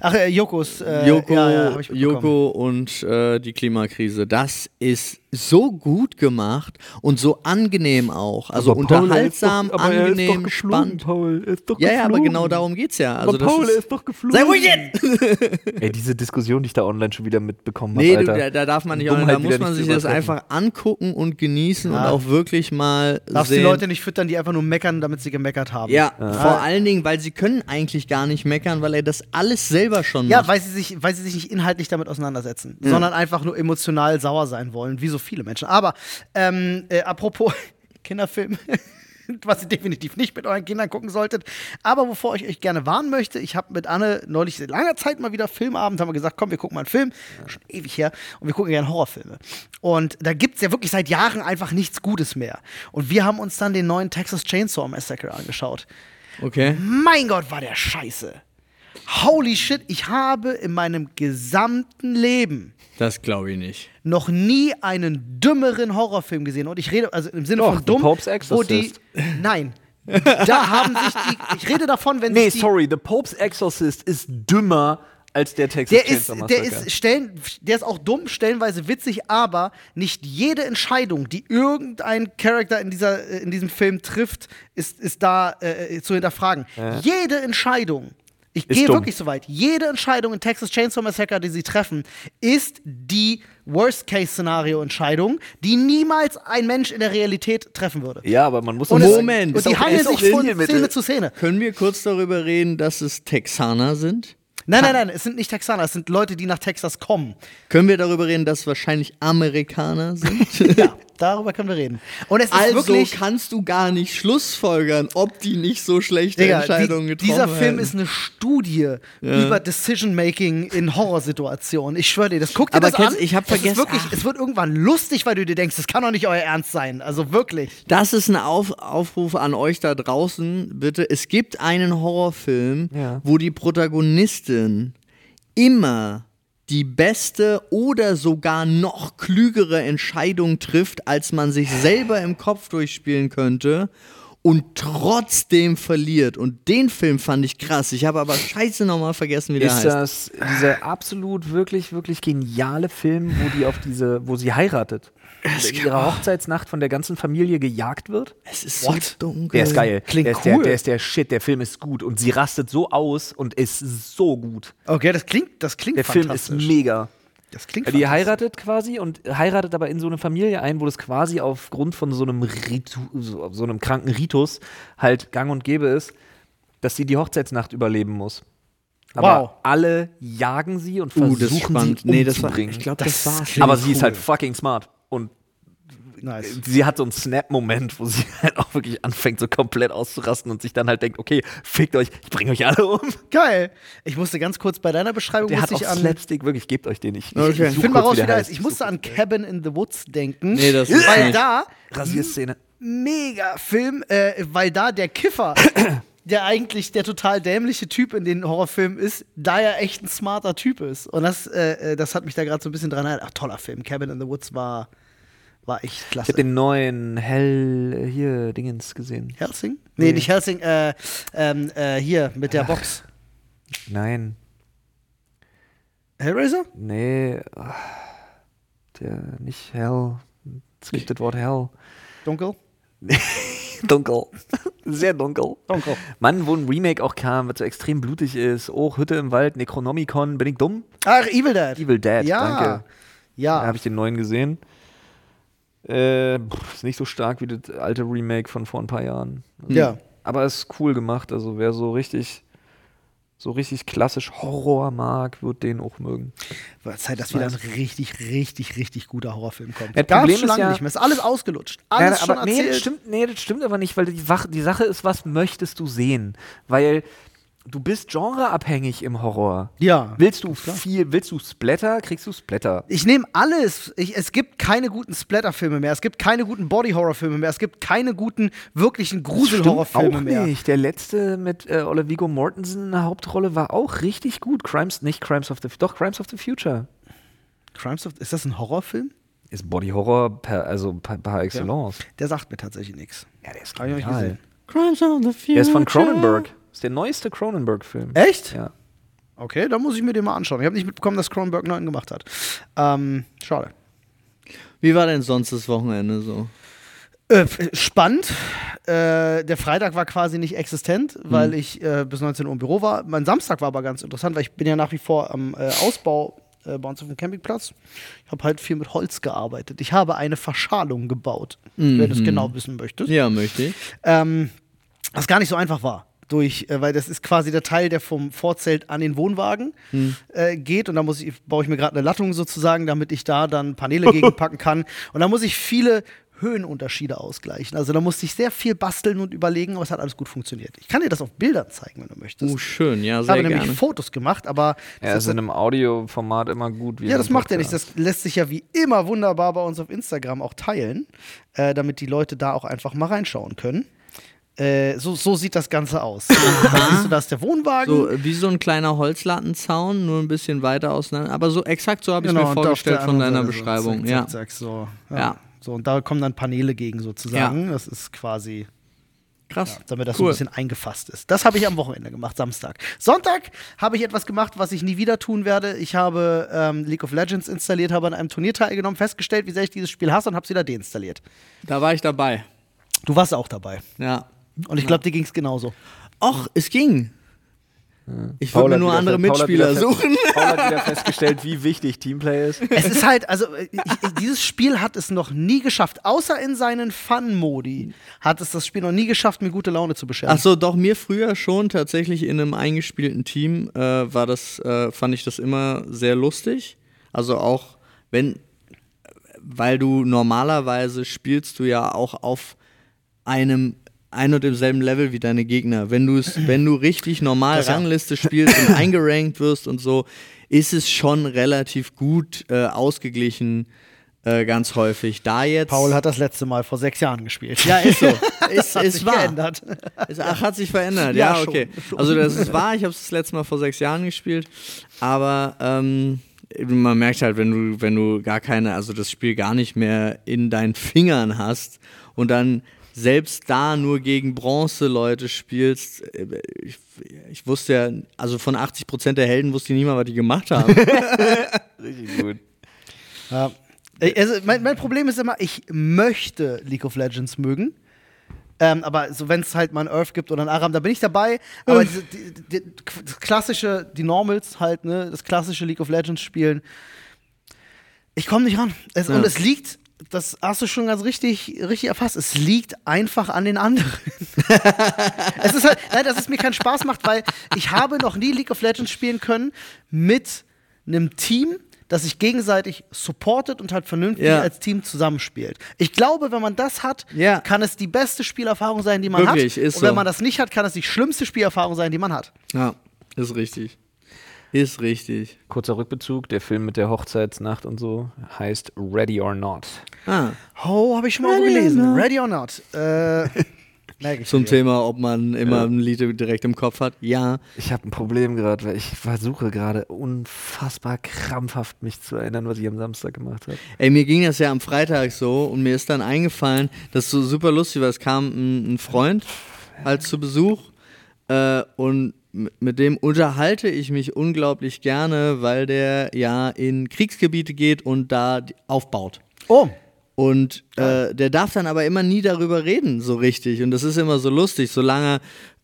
A: Ach, äh, Jokos. Äh,
C: Joko,
A: ja, ja, hab ich mitbekommen.
C: Joko und äh, die Klimakrise. Das ist so gut gemacht und so angenehm auch. Also unterhaltsam, angenehm, spannend.
B: Paul, er ist doch
C: Ja, ja, aber genau darum geht's ja. Also das ist,
B: doch geflogen.
C: Sei ruhig jetzt!
B: Ey, diese Diskussion, die ich da online schon wieder mitbekommen habe,
C: Nee, du,
B: Alter.
C: da, da darf man nicht,
B: Dummheit
C: da
B: wieder
C: muss man
B: nicht
C: sich das
B: übertreffen.
C: einfach angucken und genießen und
A: Ja.
C: auch wirklich mal
A: Darfst
C: sehen.
A: die Leute nicht füttern, die einfach nur meckern, damit sie gemeckert haben.
C: Ja, vor allen Dingen, weil sie können eigentlich gar nicht meckern, weil er das alles selber schon
A: Ja,
C: macht.
A: weil sie, sich, weil sie sich nicht inhaltlich damit auseinandersetzen, sondern einfach nur emotional sauer sein wollen, wie so viele Menschen. Aber ähm, äh, apropos Kinderfilm, was ihr definitiv nicht mit euren Kindern gucken solltet, aber wovor ich euch gerne warnen möchte, ich habe mit Anne neulich seit langer Zeit mal wieder Filmabend, haben wir gesagt, komm, wir gucken mal einen Film, schon ewig her, und wir gucken gerne Horrorfilme. Und da gibt es ja wirklich seit Jahren einfach nichts Gutes mehr. Und wir haben uns dann den neuen Texas Chainsaw Massacre angeschaut
C: Okay.
A: mein Gott, war der scheiße. Holy shit, ich habe in meinem gesamten Leben
C: Das glaube ich nicht.
A: noch nie einen dümmeren Horrorfilm gesehen. Und ich rede, also im Sinne
B: Doch,
A: von dumm,
B: The Pope's
A: wo die.
B: Exorcist.
A: Nein. da haben sich die. Ich rede davon, wenn
B: Nee,
A: sich die.
B: sorry, The Pope's Exorcist ist dümmer als der Texas
A: Der ist,
B: Chainsaw
A: der,
B: Massacre.
A: ist stellen, der ist auch dumm, stellenweise witzig, aber nicht jede Entscheidung, die irgendein Charakter in, dieser, äh, in diesem Film trifft, ist, ist da äh, zu hinterfragen. Jede Entscheidung, ich
B: Ist
A: gehe
B: dumm.
A: wirklich so weit, jede Entscheidung in Texas Chainsaw Massacre, die sie treffen, ist die Worst-Case-Szenario-Entscheidung, die niemals ein Mensch in der Realität treffen würde.
B: ja, aber man muss
A: Und,
B: auch
A: es-
C: Moment,
A: und
C: ist
A: die
C: auch-
A: hangeln
C: ist auch
A: sich von
B: Stilmittel.
A: Szene zu Szene.
C: Können wir kurz darüber reden, dass es Texaner sind?
A: Nein, nein, nein, es sind nicht Texaner, es sind Leute, die nach Texas kommen.
C: Können wir darüber reden, dass es wahrscheinlich Amerikaner sind?
A: Ja, darüber können wir reden. Und es ist
C: also
A: wirklich.
C: kannst du gar nicht schlussfolgern, ob die nicht so schlechte
A: Digga,
C: Entscheidungen
A: die,
C: getroffen
A: dieser Film
C: hätten.
A: ist eine Studie über Decision Making in Horrorsituationen. Ich schwöre dir, das guck dir
C: Aber
A: das
C: kennst-
A: an.
C: ich hab
A: Es ist
C: vergessen- Ah.
A: Wirklich,
C: ach.
A: es wird irgendwann lustig, weil du dir denkst, das kann doch nicht euer Ernst sein. Also wirklich.
C: Das ist ein Auf Aufruf an euch da draußen, bitte. Es gibt einen Horrorfilm,
B: Ja.
C: wo die Protagonistin immer die beste oder sogar noch klügere Entscheidung trifft, als man sich selber im Kopf durchspielen könnte. und trotzdem verliert. Und den Film fand ich krass. Ich habe aber scheiße nochmal vergessen, wie der
B: ist äh,
C: heißt.
B: das dieser absolut wirklich, wirklich geniale Film, wo die auf diese, wo sie heiratet. und In ihrer Hochzeitsnacht von der ganzen Familie gejagt wird?
C: es ist so
A: What?
C: dunkel.
B: Der ist geil.
A: Klingt
B: der ist der,
A: cool.
B: der ist der Shit, der Film ist gut. Und sie rastet so aus und ist so gut.
A: Okay, das klingt, das klingt
B: Der Film ist
A: fantastisch.
B: mega.
A: das klingt
B: Die
A: fantastisch.
B: heiratet quasi und heiratet aber in so eine Familie ein, wo das quasi aufgrund von so einem, Ritu, so, so einem kranken Ritus halt gang und gäbe ist, dass sie die Hochzeitsnacht überleben muss. Aber
A: Wow.
B: alle jagen sie und
C: Uh,
B: versuchen
C: das ist spannend.
B: sie
C: Nee, das war,
B: umzubringen.
C: ich glaube,
A: Das
C: das, war's.
A: klingt-
B: aber sie ist
A: cool.
B: halt fucking smart und
A: Nice.
B: sie hat so einen Snap-Moment, wo sie halt auch wirklich anfängt, so komplett auszurasten und sich dann halt denkt, okay, fickt euch, ich bringe euch alle um.
A: Geil. Ich musste ganz kurz bei deiner Beschreibung
B: Der hat
A: musste
B: auch
A: ich an
B: Slapstick, wirklich, gebt euch den nicht.
C: Okay.
B: such
A: Find mal
B: kurz,
A: raus,
B: wie
A: wie der heißt.
B: heißt.
A: Ich musste an Cabin in the Woods denken.
C: Nee, das ist
A: weil
C: nicht.
A: da
B: Rasierszene.
A: mega Film, äh, weil da der Kiffer, der eigentlich der total dämliche Typ in den Horrorfilmen ist, da ja echt ein smarter Typ ist. Und das, äh, äh, das hat mich da gerade so ein bisschen dran erinnert. Ach, toller Film. Cabin in the Woods war, war echt
B: Ich
A: klasse.
B: habe den neuen Hell hier Dingens gesehen.
A: Helsing? Nee, nicht Helsing, äh, ähm, äh, hier mit der Box.
B: Nein,
A: Hellraiser?
B: nee, ah, der nicht Hell. Es gibt das Wort Hell.
A: Dunkel?
B: Dunkel, sehr dunkel.
A: Dunkel.
B: Mann, wo ein Remake auch kam, was so extrem blutig ist. Oh, Hütte im Wald, Necronomicon, bin ich dumm?
A: Ach, Evil Dead.
B: Evil Dead,
A: ja.
B: danke. Da
A: Ja.
B: habe ich den neuen gesehen. Äh, pff, ist nicht so stark wie das alte Remake von vor ein paar Jahren.
A: Mhm. Ja.
B: Aber ist cool gemacht. Also wer so richtig, so richtig klassisch Horror mag, wird den auch mögen.
A: Wird Zeit, dass wieder ein richtig, richtig, richtig guter Horrorfilm kommt.
B: Das
A: Gab's
B: Problem
A: schon
B: ist
A: lange
B: ja-
A: nicht mehr. Ist alles ausgelutscht. Alles
B: Ja,
A: schon
B: aber
A: erzählt.
B: Nee, das stimmt, nee, das stimmt aber nicht, weil die, Wach- die Sache ist, was möchtest du sehen? Weil du bist genreabhängig im Horror.
A: Ja.
B: Willst du viel, willst du Splatter, kriegst du Splatter.
A: Ich nehme alles. Ich, es gibt keine guten Splatter-Filme mehr. Es gibt keine guten Body-Horror-Filme mehr. Es gibt keine guten, wirklichen Grusel-Horror-Filme
B: auch
A: mehr.
B: nicht. Der letzte mit äh, Olivigo Mortensen in der Hauptrolle war auch richtig gut. Crimes, nicht Crimes of the, doch Crimes of the Future.
A: Crimes of, ist das ein Horrorfilm?
B: Ist Body Horror per, also par, par excellence.
A: Der sagt mir tatsächlich nichts.
B: Ja, der ist
A: Hab ich noch nicht
B: genial.
A: gesehen.
C: Crimes of the Future.
B: Der ist von Cronenberg. Ist der neueste Cronenberg-Film.
A: Echt?
B: Ja.
A: Okay, dann muss ich mir den mal anschauen. Ich habe nicht mitbekommen, dass Cronenberg 9 gemacht hat. Ähm, schade.
C: Wie war denn sonst das Wochenende so?
A: Äh, f- spannend. Äh, der Freitag war quasi nicht existent, weil ich äh, bis 19 Uhr im Büro war. Mein Samstag war aber ganz interessant, weil ich bin ja nach wie vor am äh, Ausbau äh, bei uns auf dem Campingplatz. Ich habe halt viel mit Holz gearbeitet. Ich habe eine Verschalung gebaut, wenn du es genau wissen möchtest.
C: Ja, möchte ich.
A: Ähm, was gar nicht so einfach war. Durch, äh, weil das ist quasi der Teil, der vom Vorzelt an den Wohnwagen
C: Hm.
A: äh, geht. Und da muss ich, baue ich mir gerade eine Lattung sozusagen, damit ich da dann Paneele gegenpacken kann. Und da muss ich viele Höhenunterschiede ausgleichen. Also da musste ich sehr viel basteln und überlegen, aber es hat alles gut funktioniert. Ich kann dir das auf Bildern zeigen, wenn du möchtest.
C: Oh, schön, ja,
A: ich habe
C: sehr
A: nämlich
C: gerne.
A: Fotos gemacht, aber
B: Er ist in einem Audioformat immer gut. Wie
A: ja,
B: in
A: das
B: einem
A: macht ja
B: Podcast.
A: nichts. Das lässt sich ja wie immer wunderbar bei uns auf Instagram auch teilen, äh, damit die Leute da auch einfach mal reinschauen können. Äh, so, so sieht das Ganze aus. da siehst du, da ist der Wohnwagen.
C: So, äh, wie so ein kleiner Holzlattenzaun, nur ein bisschen weiter auseinander. Aber so exakt so habe ich mir
A: Genau, und da auf
C: vorgestellt
A: der
C: von
A: anderen
C: deiner
A: Seite so,
C: Beschreibung.
A: zack,
C: ja.
A: Zack, zack, so. Ja.
C: Ja.
A: So, und da kommen dann Paneele gegen sozusagen. Das ist quasi,
C: Krass.
A: damit das so
C: cool.
A: ein bisschen eingefasst ist. Das habe ich am Wochenende gemacht, Samstag. Sonntag habe ich etwas gemacht, was ich nie wieder tun werde. Ich habe ähm, League of Legends installiert, habe an einem Turnier teilgenommen, festgestellt, wie sehr ich dieses Spiel hasse und habe es wieder deinstalliert.
C: Da war ich dabei.
A: Du warst auch dabei.
C: Ja.
A: Und ich glaube, dir ging es genauso.
C: Och, es ging. Ich
B: Paul
C: würde mir
B: hat wieder-
C: nur andere
B: Paul hat
C: Mitspieler
B: wieder fest-
C: suchen.
B: Paul hat wieder festgestellt, wie wichtig Teamplay ist.
A: Es ist halt, also äh, ich, ich, dieses Spiel hat es noch nie geschafft, außer in seinen Fun-Modi, hat es das Spiel noch nie geschafft, mir gute Laune zu bescheren.
C: Ach so, doch mir früher schon tatsächlich in einem eingespielten Team äh, war das, äh, fand ich das immer sehr lustig. Also auch wenn, weil du normalerweise spielst du ja auch auf einem ein und demselben Level wie deine Gegner. Wenn du es, wenn du richtig normal
A: Das ja.
C: Rangliste spielst und eingerankt wirst und so, ist es schon relativ gut äh, ausgeglichen äh, ganz häufig. Da jetzt
A: Paul hat das letzte Mal vor sechs Jahren gespielt.
C: ja, ist so. Ist,
A: hat
C: ist
A: sich
C: wahr.
A: geändert.
C: Ist, ach, hat sich verändert.
A: Ja,
C: Ja,
A: schon,
C: okay.
A: schon.
C: Also das ist wahr. Ich habe es das letzte Mal vor sechs Jahren gespielt, aber ähm, man merkt halt, wenn du wenn du gar keine, also das Spiel gar nicht mehr in deinen Fingern hast und dann selbst da nur gegen Bronze-Leute spielst, äh, ich, ich wusste ja, also von 80% der Helden wusste ich nicht mal, was die gemacht haben.
B: Richtig gut.
A: Ja. Äh, Also mein, mein Problem ist immer, ich möchte League of Legends mögen. Ähm, aber so, wenn es halt mal einen Earth gibt oder einen Aram, da bin ich dabei. Aber diese, die, die, das klassische, die Normals halt, ne, das klassische League of Legends spielen, ich komme nicht ran. Es,
C: Ja.
A: Und es liegt, das hast du schon ganz richtig, richtig erfasst, es liegt einfach an den anderen. es ist halt, nein, dass es mir keinen Spaß macht, weil ich habe noch nie League of Legends spielen können mit einem Team, das sich gegenseitig supportet und halt vernünftig
C: Ja.
A: als Team zusammenspielt. Ich glaube, wenn man das hat,
C: Ja.
A: kann es die beste Spielerfahrung sein, die man
C: Wirklich,
A: hat.
C: ist
A: und wenn
C: so.
A: man das nicht hat, kann es die schlimmste Spielerfahrung sein, die man hat.
C: ja, ist richtig. Ist richtig.
B: Kurzer Rückbezug, der Film mit der Hochzeitsnacht und so heißt Ready or Not.
C: Ah,
A: Oh, habe ich schon mal
C: Ready
A: irgendwo gelesen.
C: or not.
A: Ready or not. Äh, merk ich
C: zum
A: mir.
C: Thema, ob man immer
A: Äh.
C: ein Lied direkt im Kopf hat. Ja.
B: Ich habe ein Problem gerade, weil ich versuche gerade unfassbar krampfhaft mich zu erinnern, was ich am Samstag gemacht habe.
C: Ey, mir ging das ja am Freitag so und mir ist dann eingefallen, dass so super lustig war. Es kam ein, ein Freund halt zu Besuch äh, und m- mit dem unterhalte ich mich unglaublich gerne, weil der ja in Kriegsgebiete geht und da die- aufbaut.
A: Oh,
C: Und äh, der darf dann aber immer nie darüber reden, so richtig. Und das ist immer so lustig, solange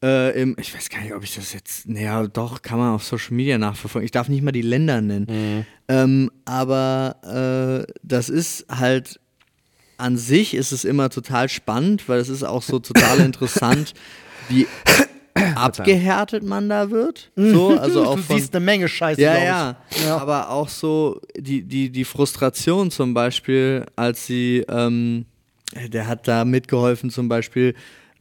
C: äh, im, ich weiß gar nicht, ob ich das jetzt, naja, doch, kann man auf Social Media nachverfolgen. Ich darf nicht mal die Länder nennen.
A: Mhm.
C: Ähm, aber äh, das ist halt, an sich ist es immer total spannend, weil es ist auch so total interessant, wie abgehärtet man da wird. So, also auch
A: du
C: von,
A: siehst eine Menge Scheiße,
C: ja,
A: glaub ich.
C: ja, Aber auch so die, die, die Frustration zum Beispiel, als sie, ähm, der hat da mitgeholfen, zum Beispiel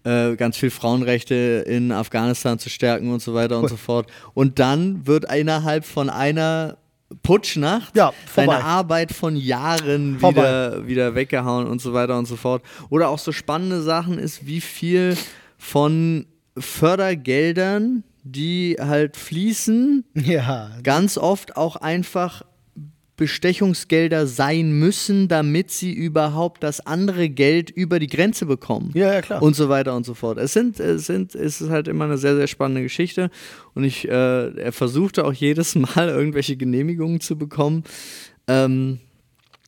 C: äh, ganz viel Frauenrechte in Afghanistan zu stärken und so weiter und so fort. Und dann wird innerhalb von einer Putschnacht
A: Ja, vorbei.
C: seine Arbeit von Jahren
A: Vorbei.
C: wieder, wieder weggehauen und so weiter und so fort. Oder auch so spannende Sachen ist, wie viel von Fördergeldern, die halt fließen,
A: Ja,
C: ganz oft auch einfach Bestechungsgelder sein müssen, damit sie überhaupt das andere Geld über die Grenze bekommen.
A: Ja, ja, klar.
C: Und so weiter und so fort. Es sind, es sind, es ist halt immer eine sehr, sehr spannende Geschichte. Und ich, äh, er versuchte auch jedes Mal irgendwelche Genehmigungen zu bekommen, ähm,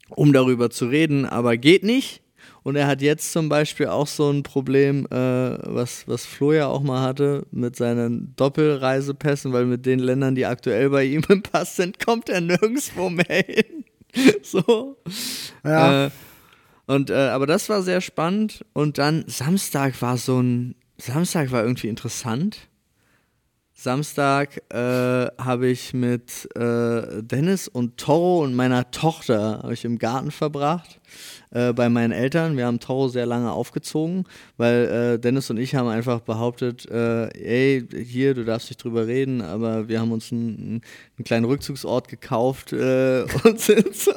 C: um darüber zu reden, aber geht nicht. Und er hat jetzt zum Beispiel auch so ein Problem, äh, was, was Flo ja auch mal hatte, mit seinen Doppelreisepässen, weil mit den Ländern, die aktuell bei ihm im Pass sind, kommt er nirgendwo mehr hin. so.
A: Ja.
C: Äh, und, äh, aber das war sehr spannend. Und dann Samstag war so ein, Samstag war irgendwie interessant. Samstag äh, habe ich mit äh, Dennis und Toro und meiner Tochter habe ich im Garten verbracht äh, bei meinen Eltern. Wir haben Toro sehr lange aufgezogen, weil äh, Dennis und ich haben einfach behauptet, äh, ey, hier, du darfst nicht drüber reden, aber wir haben uns einen, einen kleinen Rückzugsort gekauft äh, und sind so.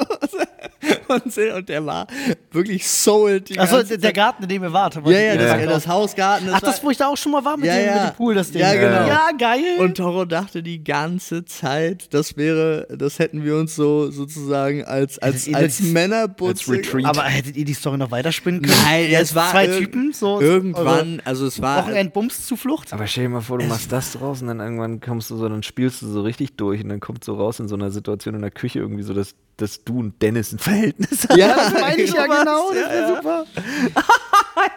C: Und, sind, und der war wirklich sold. die
A: Achso,
C: ganze
A: der Also der
C: Zeit.
A: Garten, in dem wir warten.
C: Ja, ja, das,
B: Ja.
C: das Hausgarten. das
A: Ach, das,
C: war-
A: wo ich da auch schon mal war mit,
C: Ja,
A: dem,
C: ja.
A: mit dem Pool, das Ding.
C: Ja, genau.
A: Ja, geil.
C: Und Toro dachte die ganze Zeit, das wäre, das hätten wir uns so sozusagen als, als,
A: ist
C: als
A: eh das-
C: Männerbutz.
B: als Retreat.
A: aber hättet ihr die Story noch weiterspinnen können?
C: Nein,
A: Ja,
C: es war
A: zwei
C: irg-
A: Typen so
C: Irgendwann, also es
A: eure
C: war.
A: Wochenendbums-Zuflucht.
B: Aber stell dir mal vor, du machst das draus und dann irgendwann kommst du so, dann spielst du so richtig durch und dann kommt so raus in so einer Situation in der Küche irgendwie so, dass, dass du und Dennis ein Verhältnis haben.
C: Ja,
A: Das meine ich ja
C: sowas.
A: genau, das wäre super.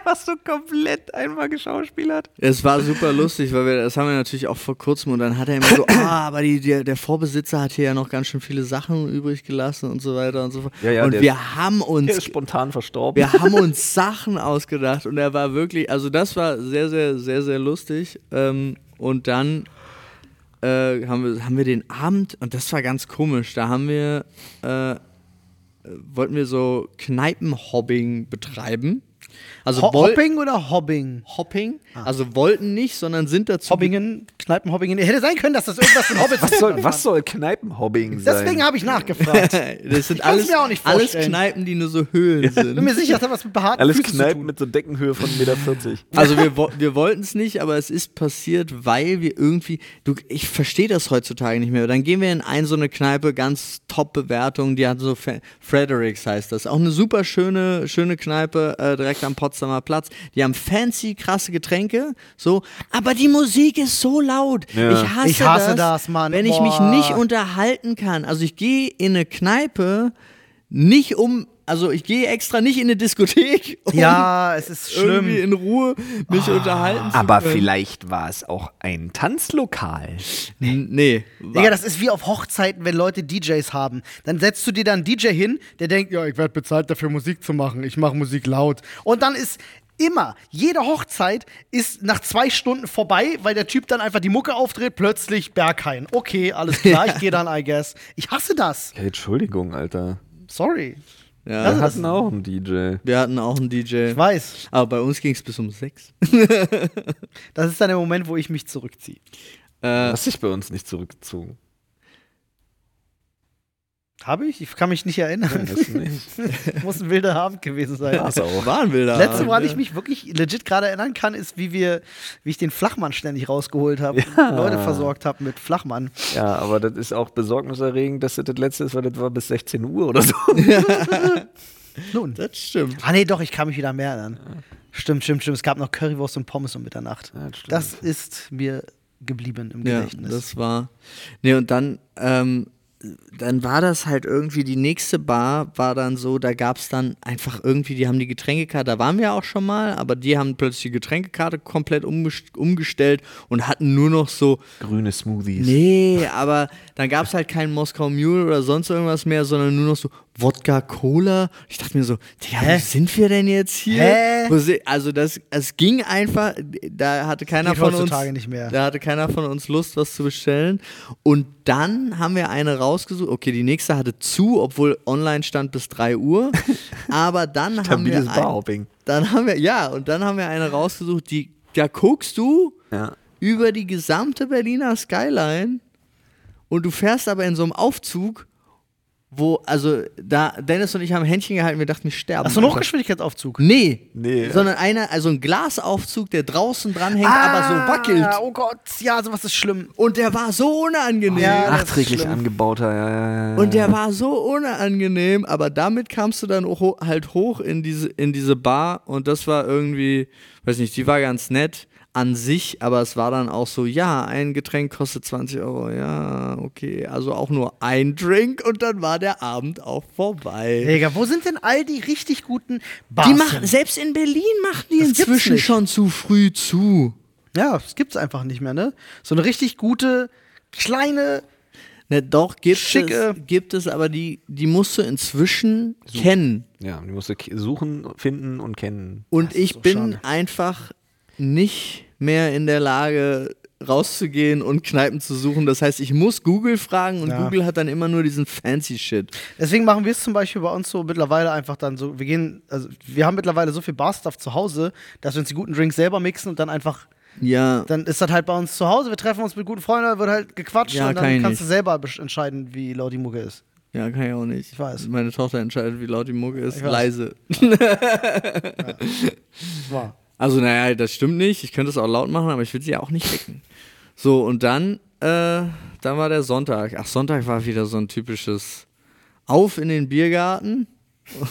B: Was so komplett einmal geschauspielert.
C: Es war super lustig, weil wir das haben wir natürlich auch vor kurzem und dann hat er immer so, ah, aber die, der, der Vorbesitzer hat hier ja noch ganz schön viele Sachen übrig gelassen und so weiter und so fort.
B: Ja, ja,
C: und
B: der-
C: wir haben
B: Der
C: uns
B: ist spontan verstorben.
C: Wir haben uns Sachen ausgedacht und er war wirklich, also das war sehr, sehr, sehr, sehr lustig. Ähm, und dann äh, haben, wir, haben wir den Abend, und das war ganz komisch, da haben wir, äh, wollten wir so Kneipenhobbing betreiben. Also
A: Ho
C: woll-
A: Hopping Ah. oder Hobbing?
C: Hopping, also wollten nicht, sondern sind dazu
A: Hobbingen, Kneipenhobbing in hätte sein können, dass das irgendwas von Hobbits
B: Was soll, was soll Kneipenhobbing sein?
A: Deswegen habe ich nachgefragt.
C: Das sind
A: Ich kann's
C: alles,
A: mir auch nicht
C: alles
A: vorstellen.
C: Kneipen, die nur so Höhlen
A: Bin mir
C: sind.
A: sicher, das hat was mit behaarten
B: Alles
A: Füßen zu
B: Kneipen
A: tun.
B: mit so Deckenhöhe von 1,40 Meter.
C: Also wir, wo- wir wollten es nicht, aber es ist passiert, weil wir irgendwie, du, ich verstehe das heutzutage nicht mehr. Dann gehen wir in ein so eine Kneipe, ganz top Bewertung, die hat so Fe- Fredericks heißt das, auch eine super schöne schöne Kneipe äh, direkt am Potsdamer Platz. Die haben fancy krasse Getränke, so, aber die Musik ist so laut.
B: Ja.
C: Ich hasse,
A: Ich hasse das, Mann.
C: Wenn ich mich
A: Boah.
C: nicht unterhalten kann. Also ich gehe in eine Kneipe nicht um, also ich gehe extra nicht in eine Diskothek, um
A: Ja, es ist
C: irgendwie
A: schlimm.
C: in Ruhe mich unterhalten zu
B: Ah. Aber
C: können.
B: vielleicht war es auch ein Tanzlokal.
C: N- Nee. wa-
A: Digga, das ist wie auf Hochzeiten, wenn Leute DJs haben. Dann setzt du dir dann einen DJ hin, der denkt, ja, ich werde bezahlt dafür, Musik zu machen. Ich mache Musik laut. Und dann ist immer, jede Hochzeit ist nach zwei Stunden vorbei, weil der Typ dann einfach die Mucke aufdreht, plötzlich Berghain. Okay, alles klar, ich gehe dann, I guess. Ich hasse das.
B: Entschuldigung, Alter.
A: Sorry.
C: ja,
A: das-
B: Wir hatten auch einen DJ.
C: wir hatten auch einen DJ.
A: Ich weiß.
C: Aber bei uns ging es bis um sechs.
A: Das ist dann der Moment, wo ich mich zurückziehe.
B: Du
C: Äh,
B: hast dich bei uns nicht zurückgezogen.
A: Habe ich? Ich kann mich nicht erinnern.
B: Weißt du nicht?
A: Muss ein wilder Abend gewesen sein.
B: War's auch.
C: waren wir da.
A: Letzte, woran ich mich wirklich legit gerade erinnern kann, ist, wie wir, wie ich den Flachmann ständig rausgeholt habe,
B: Ja.
A: und Leute versorgt habe mit Flachmann.
B: Ja, aber das ist auch besorgniserregend, dass das das letzte ist, weil das war bis 16 Uhr oder so.
A: Nun.
C: Das stimmt.
A: Ah nee, doch, ich kann mich wieder mehr erinnern. Stimmt, stimmt, stimmt. Es gab noch Currywurst und Pommes um Mitternacht.
B: Ja, das stimmt.
A: das ist mir geblieben im
C: Ja,
A: Gedächtnis.
C: das war. Nee, und dann, ähm, dann war das halt irgendwie, die nächste Bar war dann so, da gab es dann einfach irgendwie, die haben die Getränkekarte, da waren wir auch schon mal, aber die haben plötzlich die Getränkekarte komplett umgest- umgestellt und hatten nur noch so
B: Grüne Smoothies.
C: Nee, aber dann gab es halt keinen Moskau Mule oder sonst irgendwas mehr, sondern nur noch so Wodka Cola. Ich dachte mir so, Digga,
A: Hä?
C: wo sind wir denn jetzt hier?
A: Hä?
C: Wo se- also das, es ging einfach, da hatte keiner
A: geht
C: von uns.
A: heutzutage nicht mehr.
C: Da hatte keiner von uns Lust, was zu bestellen. Und dann haben wir eine rausgesucht. Okay, die nächste hatte zu, obwohl online stand bis 3 Uhr. Aber dann haben wir.
B: Stabiles
C: ein-
B: Barhopping.
C: Dann haben wir, ja, und dann haben wir eine rausgesucht, die, da guckst du
B: Ja.
C: über die gesamte Berliner Skyline und du fährst aber in so einem Aufzug, wo, also da, Dennis und ich haben Händchen gehalten, wir dachten, wir sterben.
A: Hast du einen
C: Alter.
A: Hochgeschwindigkeitsaufzug?
C: Nee,
B: Nee.
C: sondern einer, also ein Glasaufzug, der draußen dran hängt, aber so
A: Ah,
C: wackelt.
A: Oh Gott, ja, sowas ist schlimm.
C: Und der war so unangenehm.
A: Ja, das ist
B: Nachträglich
A: schlimm.
B: angebauter, ja, ja, ja.
C: Und der war so unangenehm, aber damit kamst du dann ho halt hoch in diese, in diese Bar und das war irgendwie, weiß nicht, die war ganz nett an sich, aber es war dann auch so, ja, ein Getränk kostet 20 Euro, ja, okay, also auch nur ein Drink und dann war der Abend auch vorbei.
A: Digga, wo sind denn all die richtig guten Bars?
C: die
A: hin?
C: machen, selbst in Berlin machen die
A: Das gibt's
C: inzwischen
A: nicht.
C: schon zu früh zu.
A: Ja, das gibt's einfach nicht mehr, ne? So eine richtig gute, kleine.
C: Ne, doch, gibt
A: Schicke-
C: es, gibt es, aber die, die musst du inzwischen kennen.
B: ja, die musst du k- suchen, finden und kennen.
C: Und ich
A: so
C: bin
A: schade.
C: einfach nicht mehr in der Lage, rauszugehen und Kneipen zu suchen. Das heißt, ich muss Google fragen und
A: Ja.
C: Google hat dann immer nur diesen fancy Shit.
A: Deswegen machen wir es zum Beispiel bei uns so mittlerweile einfach dann so. Wir gehen, also wir haben mittlerweile so viel Barstuff zu Hause, dass wir uns die guten Drinks selber mixen und dann einfach,
C: Ja,
A: dann ist das halt bei uns zu Hause. Wir treffen uns mit guten Freunden, da wird halt gequatscht
C: Ja,
A: und
C: kann
A: dann
C: ich
A: kannst du
C: nicht.
A: selber besch- entscheiden, wie laut die Mucke ist.
C: ja, kann ich auch nicht.
A: Ich weiß.
C: Meine Tochter entscheidet, wie laut die Mucke ist.
A: Ich weiß.
C: Leise.
A: War.
C: Also, naja, das stimmt nicht. Ich könnte es auch laut machen, aber ich will sie auch nicht wecken. So, und dann, äh, dann war der Sonntag. Ach, Sonntag war wieder so ein typisches Auf in den Biergarten.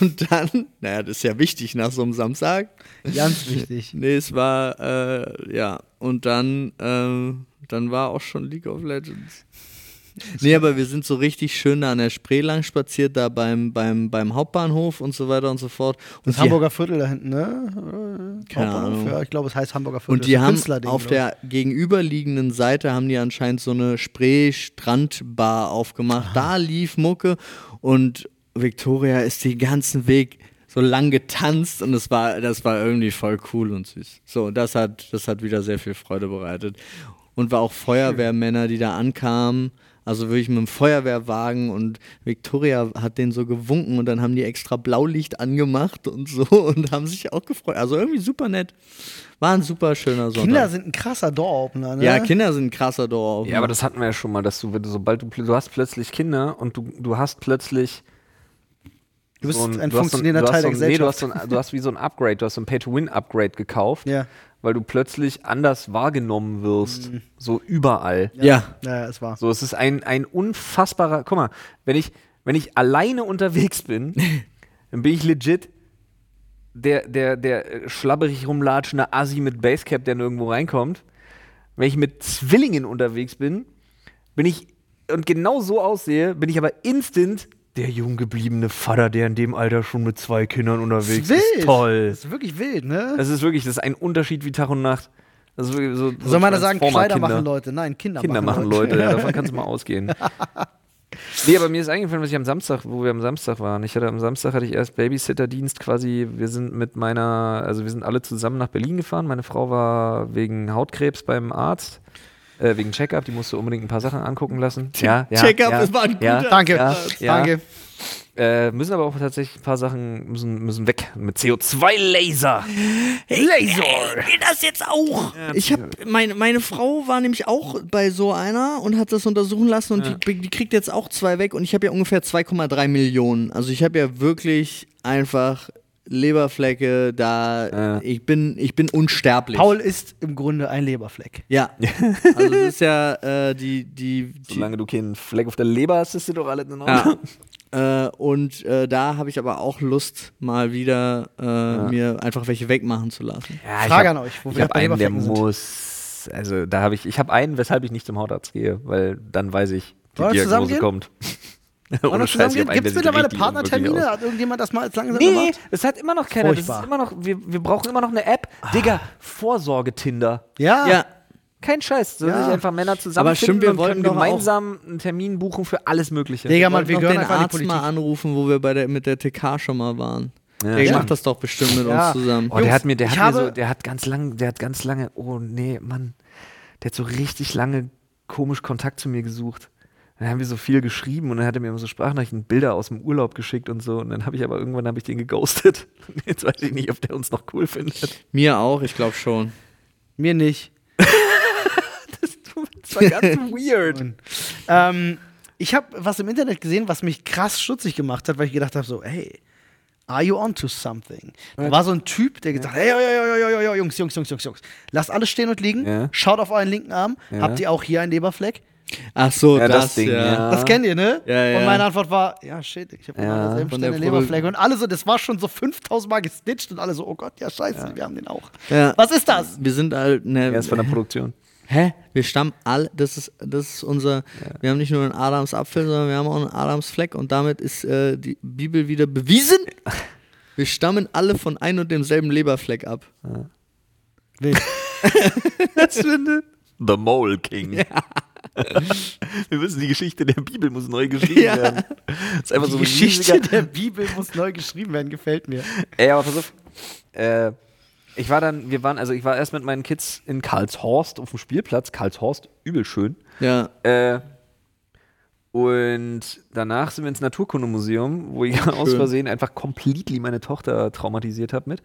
C: Und dann, naja, das ist ja wichtig nach so einem Samstag.
A: Ganz wichtig.
C: Nee, es war, äh, ja. Und dann, ähm, dann war auch schon League of Legends. Nee, aber wir sind so richtig schön da an der Spree lang spaziert, da beim, beim, beim Hauptbahnhof und so weiter und so fort. Und
A: Das
C: die,
A: Hamburger Viertel da hinten, ne? Äh,
C: Keine
A: Hauptbahnhof,
C: Ahnung.
A: Ja, ich glaube, es heißt Hamburger Viertel.
C: und die
A: Das ist ein
C: haben
A: Künstlerding,
C: auf
A: glaub ich.
C: der gegenüberliegenden Seite haben die anscheinend so eine Spree-Strandbar aufgemacht.
A: Ah.
C: Da lief Mucke und Victoria ist den ganzen Weg so lang getanzt und es war, das war irgendwie voll cool und süß. So, und das hat, das hat wieder sehr viel Freude bereitet. Und war auch Feuerwehrmänner, die da ankamen. Also wirklich mit dem Feuerwehrwagen und Victoria hat den so gewunken und dann haben die extra Blaulicht angemacht und so und haben sich auch gefreut. Also irgendwie super nett. War ein super schöner Sonntag.
A: Kinder sind ein krasser Door-Opener, ne?
C: ja, Kinder sind ein krasser Dorf. ne?
B: Ja, aber das hatten wir ja schon mal, dass du, wenn du sobald du, pl- du hast plötzlich Kinder und du, du hast plötzlich.
A: du bist
B: so
A: ein
B: ein, du hast so
A: funktionierender
B: du hast
A: Teil
B: so
A: der
B: ein- Nee,
A: Gesellschaft.
B: du hast, so ein, du hast wie so ein Upgrade, du hast so ein Pay-to-Win-Upgrade gekauft,
A: Ja. Mhm.
B: weil du plötzlich anders wahrgenommen wirst. So überall.
C: Ja.
A: ja, es war.
B: So, es ist ein, ein unfassbarer. Guck mal, wenn ich, wenn ich alleine unterwegs bin, dann bin ich legit der, der, der äh, schlabberig rumlatschende Assi mit Basecap, der nirgendwo reinkommt. Wenn ich mit Zwillingen unterwegs bin, bin ich und genau so aussehe, bin ich aber instant der jung gebliebene Vater, der in dem Alter schon mit zwei Kindern unterwegs ist. Toll.
A: Das ist wirklich wild, ne?
B: Das ist wirklich, das ist ein Unterschied wie Tag und Nacht. Das ist wirklich so, so
A: Soll man da sagen, Kleider
B: Transformer-Kinder.
A: machen Leute? Nein, Kinder,
B: Kinder machen Leute, ja, davon kannst du mal ausgehen. Nee, aber mir ist eingefallen, was ich am Samstag, wo wir am Samstag waren. Ich hatte am Samstag hatte ich erst Babysitterdienst quasi. Wir sind mit meiner, also wir sind alle zusammen nach Berlin gefahren. Meine Frau war wegen Hautkrebs beim Arzt, äh, wegen Check-up. Die musste unbedingt ein paar Sachen angucken lassen. Ja, ja,
C: Check-up,
B: ja,
C: das war ein
B: ja,
C: guter
A: Danke,
B: Ja, ja.
A: danke.
B: Äh, müssen aber auch tatsächlich ein paar Sachen müssen, müssen weg mit CO2-Laser.
C: Laser! Geht das jetzt auch? Ich hab, meine, meine Frau war nämlich auch bei so einer und hat das untersuchen lassen und die, die kriegt jetzt auch zwei weg und ich habe ja ungefähr 2,3 Millionen. Also ich habe ja wirklich einfach Leberflecke da. Ich, bin, ich bin unsterblich.
A: Paul ist im Grunde ein Leberfleck.
C: Ja. Also das ist ja äh, die, die, die
B: Solange du keinen Fleck auf der Leber hast, ist dir doch alles in Ordnung.
C: Ja. äh, und äh, da habe ich aber auch Lust, mal wieder äh, mir einfach welche wegmachen zu lassen.
B: Ja, ich
A: Frage
B: hab-
A: an euch, wo
B: ich
A: wir
B: habe
A: bei
B: einen, der
A: Leberflecken sind.
B: muss. Also da habe ich, ich habe einen, weshalb ich nicht zum Hautarzt gehe, weil dann weiß ich, die
A: Wollen wir
B: Diagnose
A: zusammengehen?
B: kommt.
A: Wollen wir zusammen gehen? Gibt es mittlerweile Partnertermine? Hat irgendjemand das mal als langsam
B: Nee,
A: gemacht?
B: es hat immer noch keiner. Das
A: Furchtbar. Ah.
B: ist immer noch, wir, wir brauchen immer noch eine App. Digga, Vorsorge-Tinder.
A: Ja.
C: Ah. Ja,
B: Kein Scheiß. Sollen
A: Ja.
B: sich einfach Männer zusammenfinden
C: stimmt, wir
B: und
C: wollten
B: können
C: doch auch-
B: gemeinsam einen Termin buchen für alles Mögliche.
A: Digga,
C: Mann,
A: Mann, wir
C: noch
A: gehören
C: den
A: einfach in die
C: Arzt
A: Politik.
C: mal anrufen, wo wir bei der, mit der TK schon mal waren.
B: Ja,
C: der
B: stimmt.
C: macht das doch bestimmt mit
A: Ja.
C: uns zusammen.
B: Oh, der
A: Mhm. Jungs,
B: hat mir, der
A: ich
B: hat mir
A: habe-
B: so, der hat ganz lange, der hat ganz lange, oh nee, Mann, der hat so richtig lange komisch Kontakt zu mir gesucht. Dann haben wir so viel geschrieben und dann hat er mir immer so Sprachnachrichten, Bilder aus dem Urlaub geschickt und so. Und dann habe ich aber irgendwann habe ich den geghostet. Jetzt weiß ich nicht, ob der uns noch cool findet.
C: Mir auch, ich glaube schon.
A: Mir nicht.
B: Das war ganz weird.
A: Ähm, ich habe was im Internet gesehen, was mich krass schutzig gemacht hat, weil ich gedacht habe, so, hey, are you onto something? Da war so ein Typ, der gesagt hat, hey, yo, yo, yo, yo, yo, yo, Jungs, Jungs, Jungs, Jungs, Jungs, lasst alles stehen und liegen,
B: Ja.
A: schaut auf euren linken Arm, habt ihr auch hier einen Leberfleck?
C: Ach so,
B: Ja, das
C: das,
B: Ding, ja.
C: ja.
A: Das kennt ihr, ne?
C: Ja, ja.
A: Und meine Antwort war, ja, shit, ich habe
B: Ja,
A: immer an derselben
C: von
A: Stelle
C: der
A: eine
C: Produ-
A: Leberfleck. Und alle so, das war schon so 5000 Mal gestitcht und alle so, oh Gott, ja, scheiße, wir haben den auch.
C: Ja.
A: Was ist das?
C: Wir sind halt, ne,
B: Er ist von der Produktion.
C: hä? Wir stammen alle, das ist, das ist unser, wir haben nicht nur einen Adamsapfel, sondern wir haben auch einen Adamsfleck und damit ist äh, die Bibel wieder bewiesen. Wir stammen alle von ein und demselben Leberfleck ab.
B: The Mole King. Wir wissen, die Geschichte der Bibel muss neu geschrieben
C: Ja.
B: werden. Das ist einfach
A: Die
B: so ein
A: Geschichte
B: riesiger-
A: der Bibel muss neu geschrieben werden, gefällt mir.
B: Ey, aber pass auf. Äh, ich war dann, wir waren, also ich war erst mit meinen Kids in Karlshorst auf dem Spielplatz. Karlshorst, übel schön.
C: Ja.
B: Äh, und danach sind wir ins Naturkundemuseum, wo ich aus Versehen einfach completely meine Tochter traumatisiert habe mit.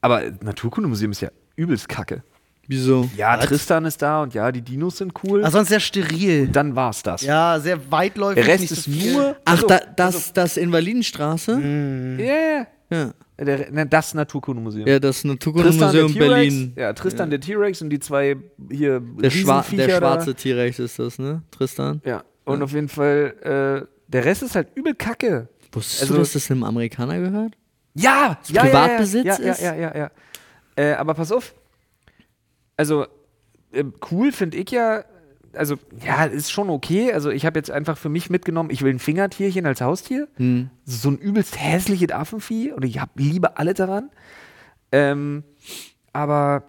B: Aber Naturkundemuseum ist ja übelst kacke.
C: Wieso?
B: Ja, Tristan ist da und ja, die Dinos sind cool.
A: Aber sonst sehr steril.
B: dann war's das.
A: Also- Ja, sehr weitläufig.
B: Der Rest
A: nicht so
B: ist
A: viel.
B: nur.
C: Ach,
B: Also, Mhm.
C: da, das, das Invalidenstraße?
B: Ja, ja.
C: Ja.
B: Der- ne, Das Naturkundemuseum.
C: ja, das
B: Tristan der
C: Naturkundemuseum
B: T-Rex.
C: Berlin.
B: Ja, Tristan der T-Rex und die zwei hier
C: Der, Schwa
B: Riesenviecher
C: der
B: da.
C: schwarze T-Rex ist das, ne? Tristan?
B: Ja, und auf jeden Fall, äh, der Rest ist halt übel kacke.
C: Wusstest
B: Also-
C: du, dass das einem Amerikaner gehört?
B: Ja, ja,
C: Privatbesitz
B: ja, ja,
C: ist?
B: Ja, ja, ja. ja. Äh, aber pass auf. Also, ähm, cool finde ich ja, also, ja, ist schon okay. Also, ich habe jetzt einfach für mich mitgenommen, ich will ein Fingertierchen als Haustier.
C: Hm.
B: So ein übelst hässliches Affenvieh. Und ich hab, liebe alle daran. Ähm, aber,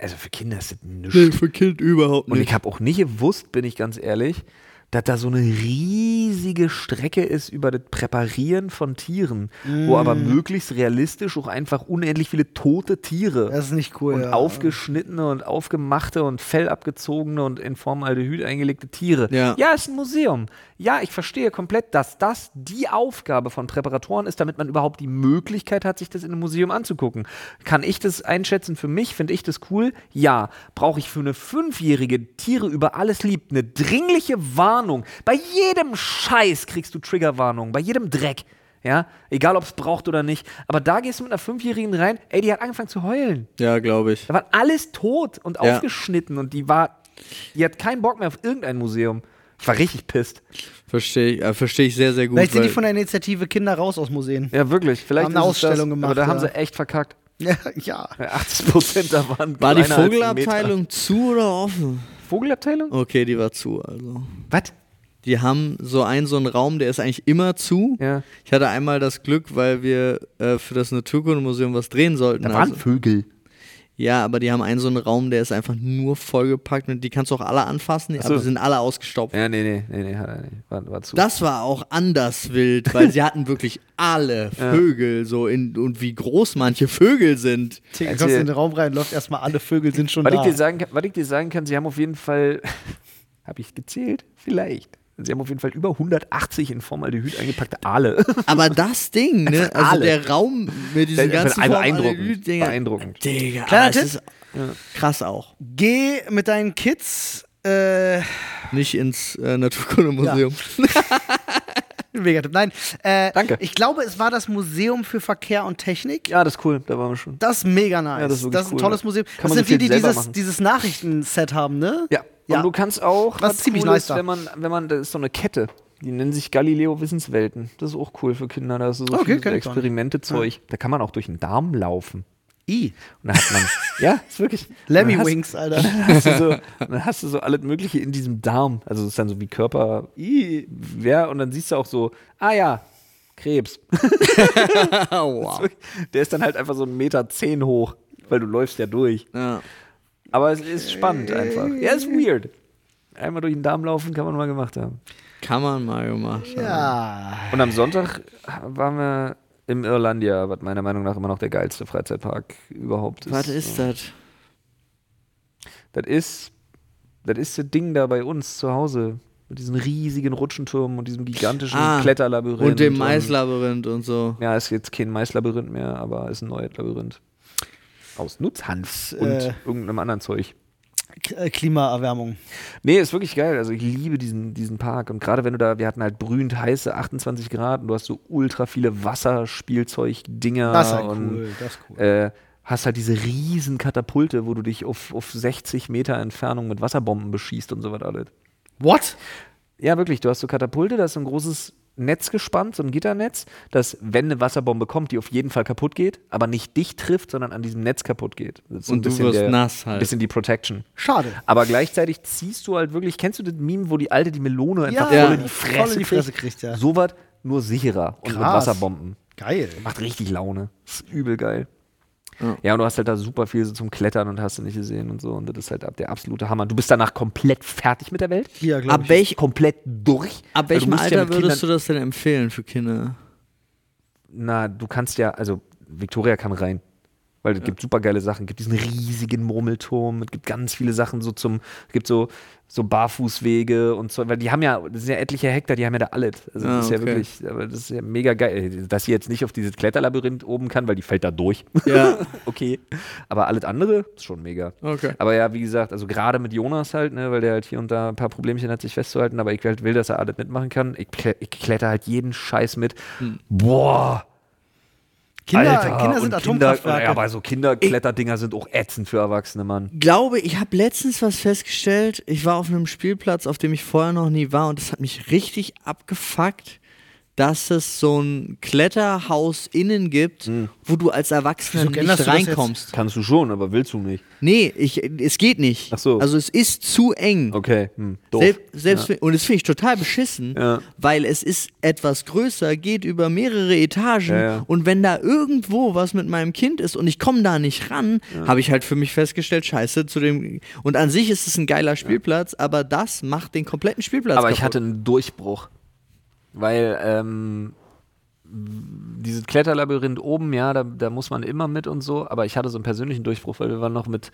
B: also für Kinder ist das nichts.
C: für Kind überhaupt
B: Und ich habe auch nicht gewusst, bin ich ganz ehrlich, dass da so eine riesige Strecke ist über das Präparieren von Tieren, wo aber möglichst realistisch auch einfach unendlich viele tote Tiere
A: Das ist nicht cool,
B: und
A: ja.
B: aufgeschnittene und aufgemachte und fellabgezogene und in Formaldehyd eingelegte Tiere.
C: Ja.
B: ja, ist ein Museum. Ja, ich verstehe komplett, dass das die Aufgabe von Präparatoren ist, damit man überhaupt die Möglichkeit hat, sich das in einem Museum anzugucken. Kann ich das einschätzen für mich? Finde ich das cool? Ja. Brauche ich für eine Fünfjährige, die Tiere über alles liebt, eine dringliche Warnung? Bei jedem Scheiß kriegst du Triggerwarnungen, bei jedem Dreck. Ja, egal ob es braucht oder nicht. Aber da gehst du mit einer Fünfjährigen rein, ey, die hat angefangen zu heulen.
C: Ja, glaube ich.
B: Da war alles tot und
C: Ja.
B: aufgeschnitten und die war, die hat keinen Bock mehr auf irgendein Museum. Ich war richtig pisst.
C: Verstehe ich, äh, versteh ich sehr, sehr gut.
A: Vielleicht sind die
C: weil-
A: von der Initiative Kinder raus aus Museen.
B: Ja, wirklich. Vielleicht
A: Haben eine
B: ist es das,
A: Ausstellung gemacht,
B: Aber da haben
A: ja.
B: sie echt verkackt.
A: Ja, ja.
B: Ja, 80 Prozent da waren
C: war die
B: kleiner als ein Meter.
C: Vogelabteilung zu oder offen?
B: Vogelabteilung?
C: Okay, die war zu, also.
B: Was?
C: Die haben so einen, so einen Raum, der ist eigentlich immer zu.
B: Ja.
C: Ich hatte einmal das Glück, weil wir äh, für das Naturkundemuseum was drehen sollten. also.
B: Da waren Vögel.
C: ja, aber die haben einen so einen Raum, der ist einfach nur vollgepackt und die kannst du auch alle anfassen, die,
B: so.
C: aber die sind alle ausgestopft.
B: Ja, nee, nee, nee, nee, hat er nicht. War, war zu.
C: Das war auch anders wild, weil sie hatten wirklich alle Vögel so in und wie groß manche Vögel sind.
A: Digga,
B: Als
A: kommst
B: ihr-
A: in den Raum rein, läuft erstmal alle Vögel sind schon
B: was, ich
A: da.
B: dir sagen, kann- was ich dir sagen kann, sie haben auf jeden Fall, habe ich gezählt? Vielleicht. Sie haben auf jeden Fall über 180 in Formaldehyd eingepackte Aale.
C: Aber das Ding, ne? Also
B: alle.
C: der Raum mit diesen ganzen
B: beeindruckend.
C: Dinger.
B: Beeindruckend.
C: Digga,
A: Kleiner
C: aber Ah, es
A: Tipp.
C: ist krass auch.
A: Geh mit deinen Kids. Äh,
C: Nicht ins äh, Naturkundemuseum.
A: mega Tipp. Nein. Äh,
B: Danke.
A: Ich glaube, es war das Museum für Verkehr und Technik.
B: Ja, das ist cool, da waren wir schon.
A: Das ist mega nice.
B: Ja, das
A: das
B: ist
A: ist,
B: wirklich
A: ein
B: cool,
A: tolles
B: ja.
A: Museum.
B: Kann
A: das
B: man so
A: sind die,
B: viel
A: die
B: selber
A: dieses,
B: machen.
A: dieses Nachrichtenset haben, ne?
B: Ja, und du kannst auch.
A: Das ist
B: was
A: ziemlich
B: cool
A: nice
B: ist,
A: da.
B: wenn man, wenn man, das ist so eine Kette. Die nennen sich Galileo Wissenswelten. Das ist auch cool für Kinder. Da ist so
A: Okay,
B: viel so
A: kenn ich gar nicht.
B: Experimente-Zeug. Da kann man auch durch den Darm laufen.
A: I.
B: Und da hat man. ja, ist wirklich.
A: Lemmy
B: Und dann hast-
A: Wings, Alter.
B: Hast du so, dann hast du so alles Mögliche in diesem Darm. Also es ist dann so wie Körper. I, wer? Und dann siehst du auch so, ah ja, Krebs.
C: wow.
B: Der ist dann halt einfach so einen Meter zehn hoch, weil du läufst ja durch.
C: Ja.
B: Aber es ist spannend einfach. Ja, ist weird. Einmal durch den Darm laufen kann man mal gemacht haben.
C: Kann man mal gemacht. haben.
A: Ja.
B: Und am Sonntag waren wir im Irlandia, was meiner Meinung nach immer noch der geilste Freizeitpark überhaupt ist.
C: Was ist das?
B: Das ist das ist das Ding da bei uns zu Hause mit diesen riesigen Rutschentürmen und diesem gigantischen Kletterlabyrinth
C: Ah, Und dem Maislabyrinth und so.
B: ja, ist jetzt kein Maislabyrinth mehr, aber ist ein neues Labyrinth aus Nutzhanf
A: Das,
B: und
A: äh,
B: irgendeinem anderen Zeug.
A: K- äh, Klimaerwärmung.
B: Nee, ist wirklich geil. Also ich liebe diesen, diesen Park. Und gerade wenn du da, wir hatten halt brühend heiße 28 Grad und du hast so ultra viele Wasserspielzeug-Dinger.
A: Das ist halt
B: und,
A: cool, das ist cool.
B: Äh, hast halt diese riesen Katapulte, wo du dich auf, auf 60 Meter Entfernung mit Wasserbomben beschießt und so was alles.
A: What?
B: Ja, wirklich. Du hast so Katapulte, da ist so ein großes Netz gespannt, so ein Gitternetz, das, wenn eine Wasserbombe kommt, die auf jeden Fall kaputt geht, aber nicht dich trifft, sondern an diesem Netz kaputt geht. Das ist so
C: Und du wirst nass halt.
B: bisschen die Protection.
A: Schade.
B: Aber gleichzeitig ziehst du halt wirklich, kennst du das Meme, wo die Alte die Melone einfach
A: Ja,
B: voll
A: voll
B: in die Fresse,
A: in die Fresse kriegt, ja.
B: So was nur sicherer und mit
A: Krass.
B: Wasserbomben.
A: Geil.
B: Macht richtig Laune. Ist übel geil.
C: Ja.
B: Ja. und du hast halt da super viel so zum Klettern und hast du nicht gesehen und so. Und das ist halt ab- der absolute Hammer. Du bist danach komplett fertig mit der Welt.
A: Hier, glaub
C: Ab,
A: ich.
C: welch,
B: Komplett durch.
C: ab
B: Weil du
C: welchem
B: musst ja
C: Alter
B: mit
C: würdest Also du
B: Kindern-
C: das denn empfehlen für Kinder?
B: Na, du kannst ja, also Victoria kann rein. Weil es gibt super geile Sachen. Es gibt diesen riesigen Murmelturm, es gibt ganz viele Sachen so zum, es gibt so, so Barfußwege und so, weil die haben ja, das sind ja etliche Hektar, die haben ja da alles. Also
C: Ah,
B: das ist
C: okay.
B: ja wirklich, aber das ist ja mega geil. Dass sie jetzt nicht auf dieses Kletterlabyrinth oben kann, weil die fällt da durch.
C: Ja.
B: okay. Aber alles andere ist schon mega.
C: Okay.
B: Aber ja, wie gesagt, also gerade mit Jonas halt, ne, weil der halt hier und da ein paar Problemchen hat, sich festzuhalten, aber ich halt will, dass er alles mitmachen kann. Ich, kle- ich kletter halt jeden Scheiß mit.
C: Hm.
B: Boah!
A: Kinder,
B: Alter,
A: Kinder sind
B: und
A: Atomkraftwerke.
B: Kinder, ja, aber so Kinderkletterdinger sind auch ätzend für Erwachsene, Mann.
C: Glaube, ich habe letztens was festgestellt. Ich war auf einem Spielplatz, auf dem ich vorher noch nie war und das hat mich richtig abgefuckt. dass es so ein Kletterhaus innen gibt,
B: Hm.
C: wo du als Erwachsener
A: Wieso
C: nicht
A: änderst du das jetzt?
C: reinkommst.
B: Kannst du schon, aber willst du nicht.
C: Nee, ich, es geht nicht.
B: Ach so.
C: Also es ist zu eng.
B: Okay, hm, doof.
C: Selb, selbst wenn- Und das finde ich total beschissen,
B: Ja.
C: weil es ist etwas größer, geht über mehrere Etagen
B: Ja, ja.
C: und wenn da irgendwo was mit meinem Kind ist und ich komme da nicht ran, habe ich halt für mich festgestellt, scheiße, zu dem. Und an sich ist es ein geiler Spielplatz, aber das macht den kompletten Spielplatz.
B: aber
C: kaputt.
B: ich hatte einen Durchbruch. Weil ähm, dieses Kletterlabyrinth oben, ja, da, da muss man immer mit und so, aber ich hatte so einen persönlichen Durchbruch, weil wir waren noch mit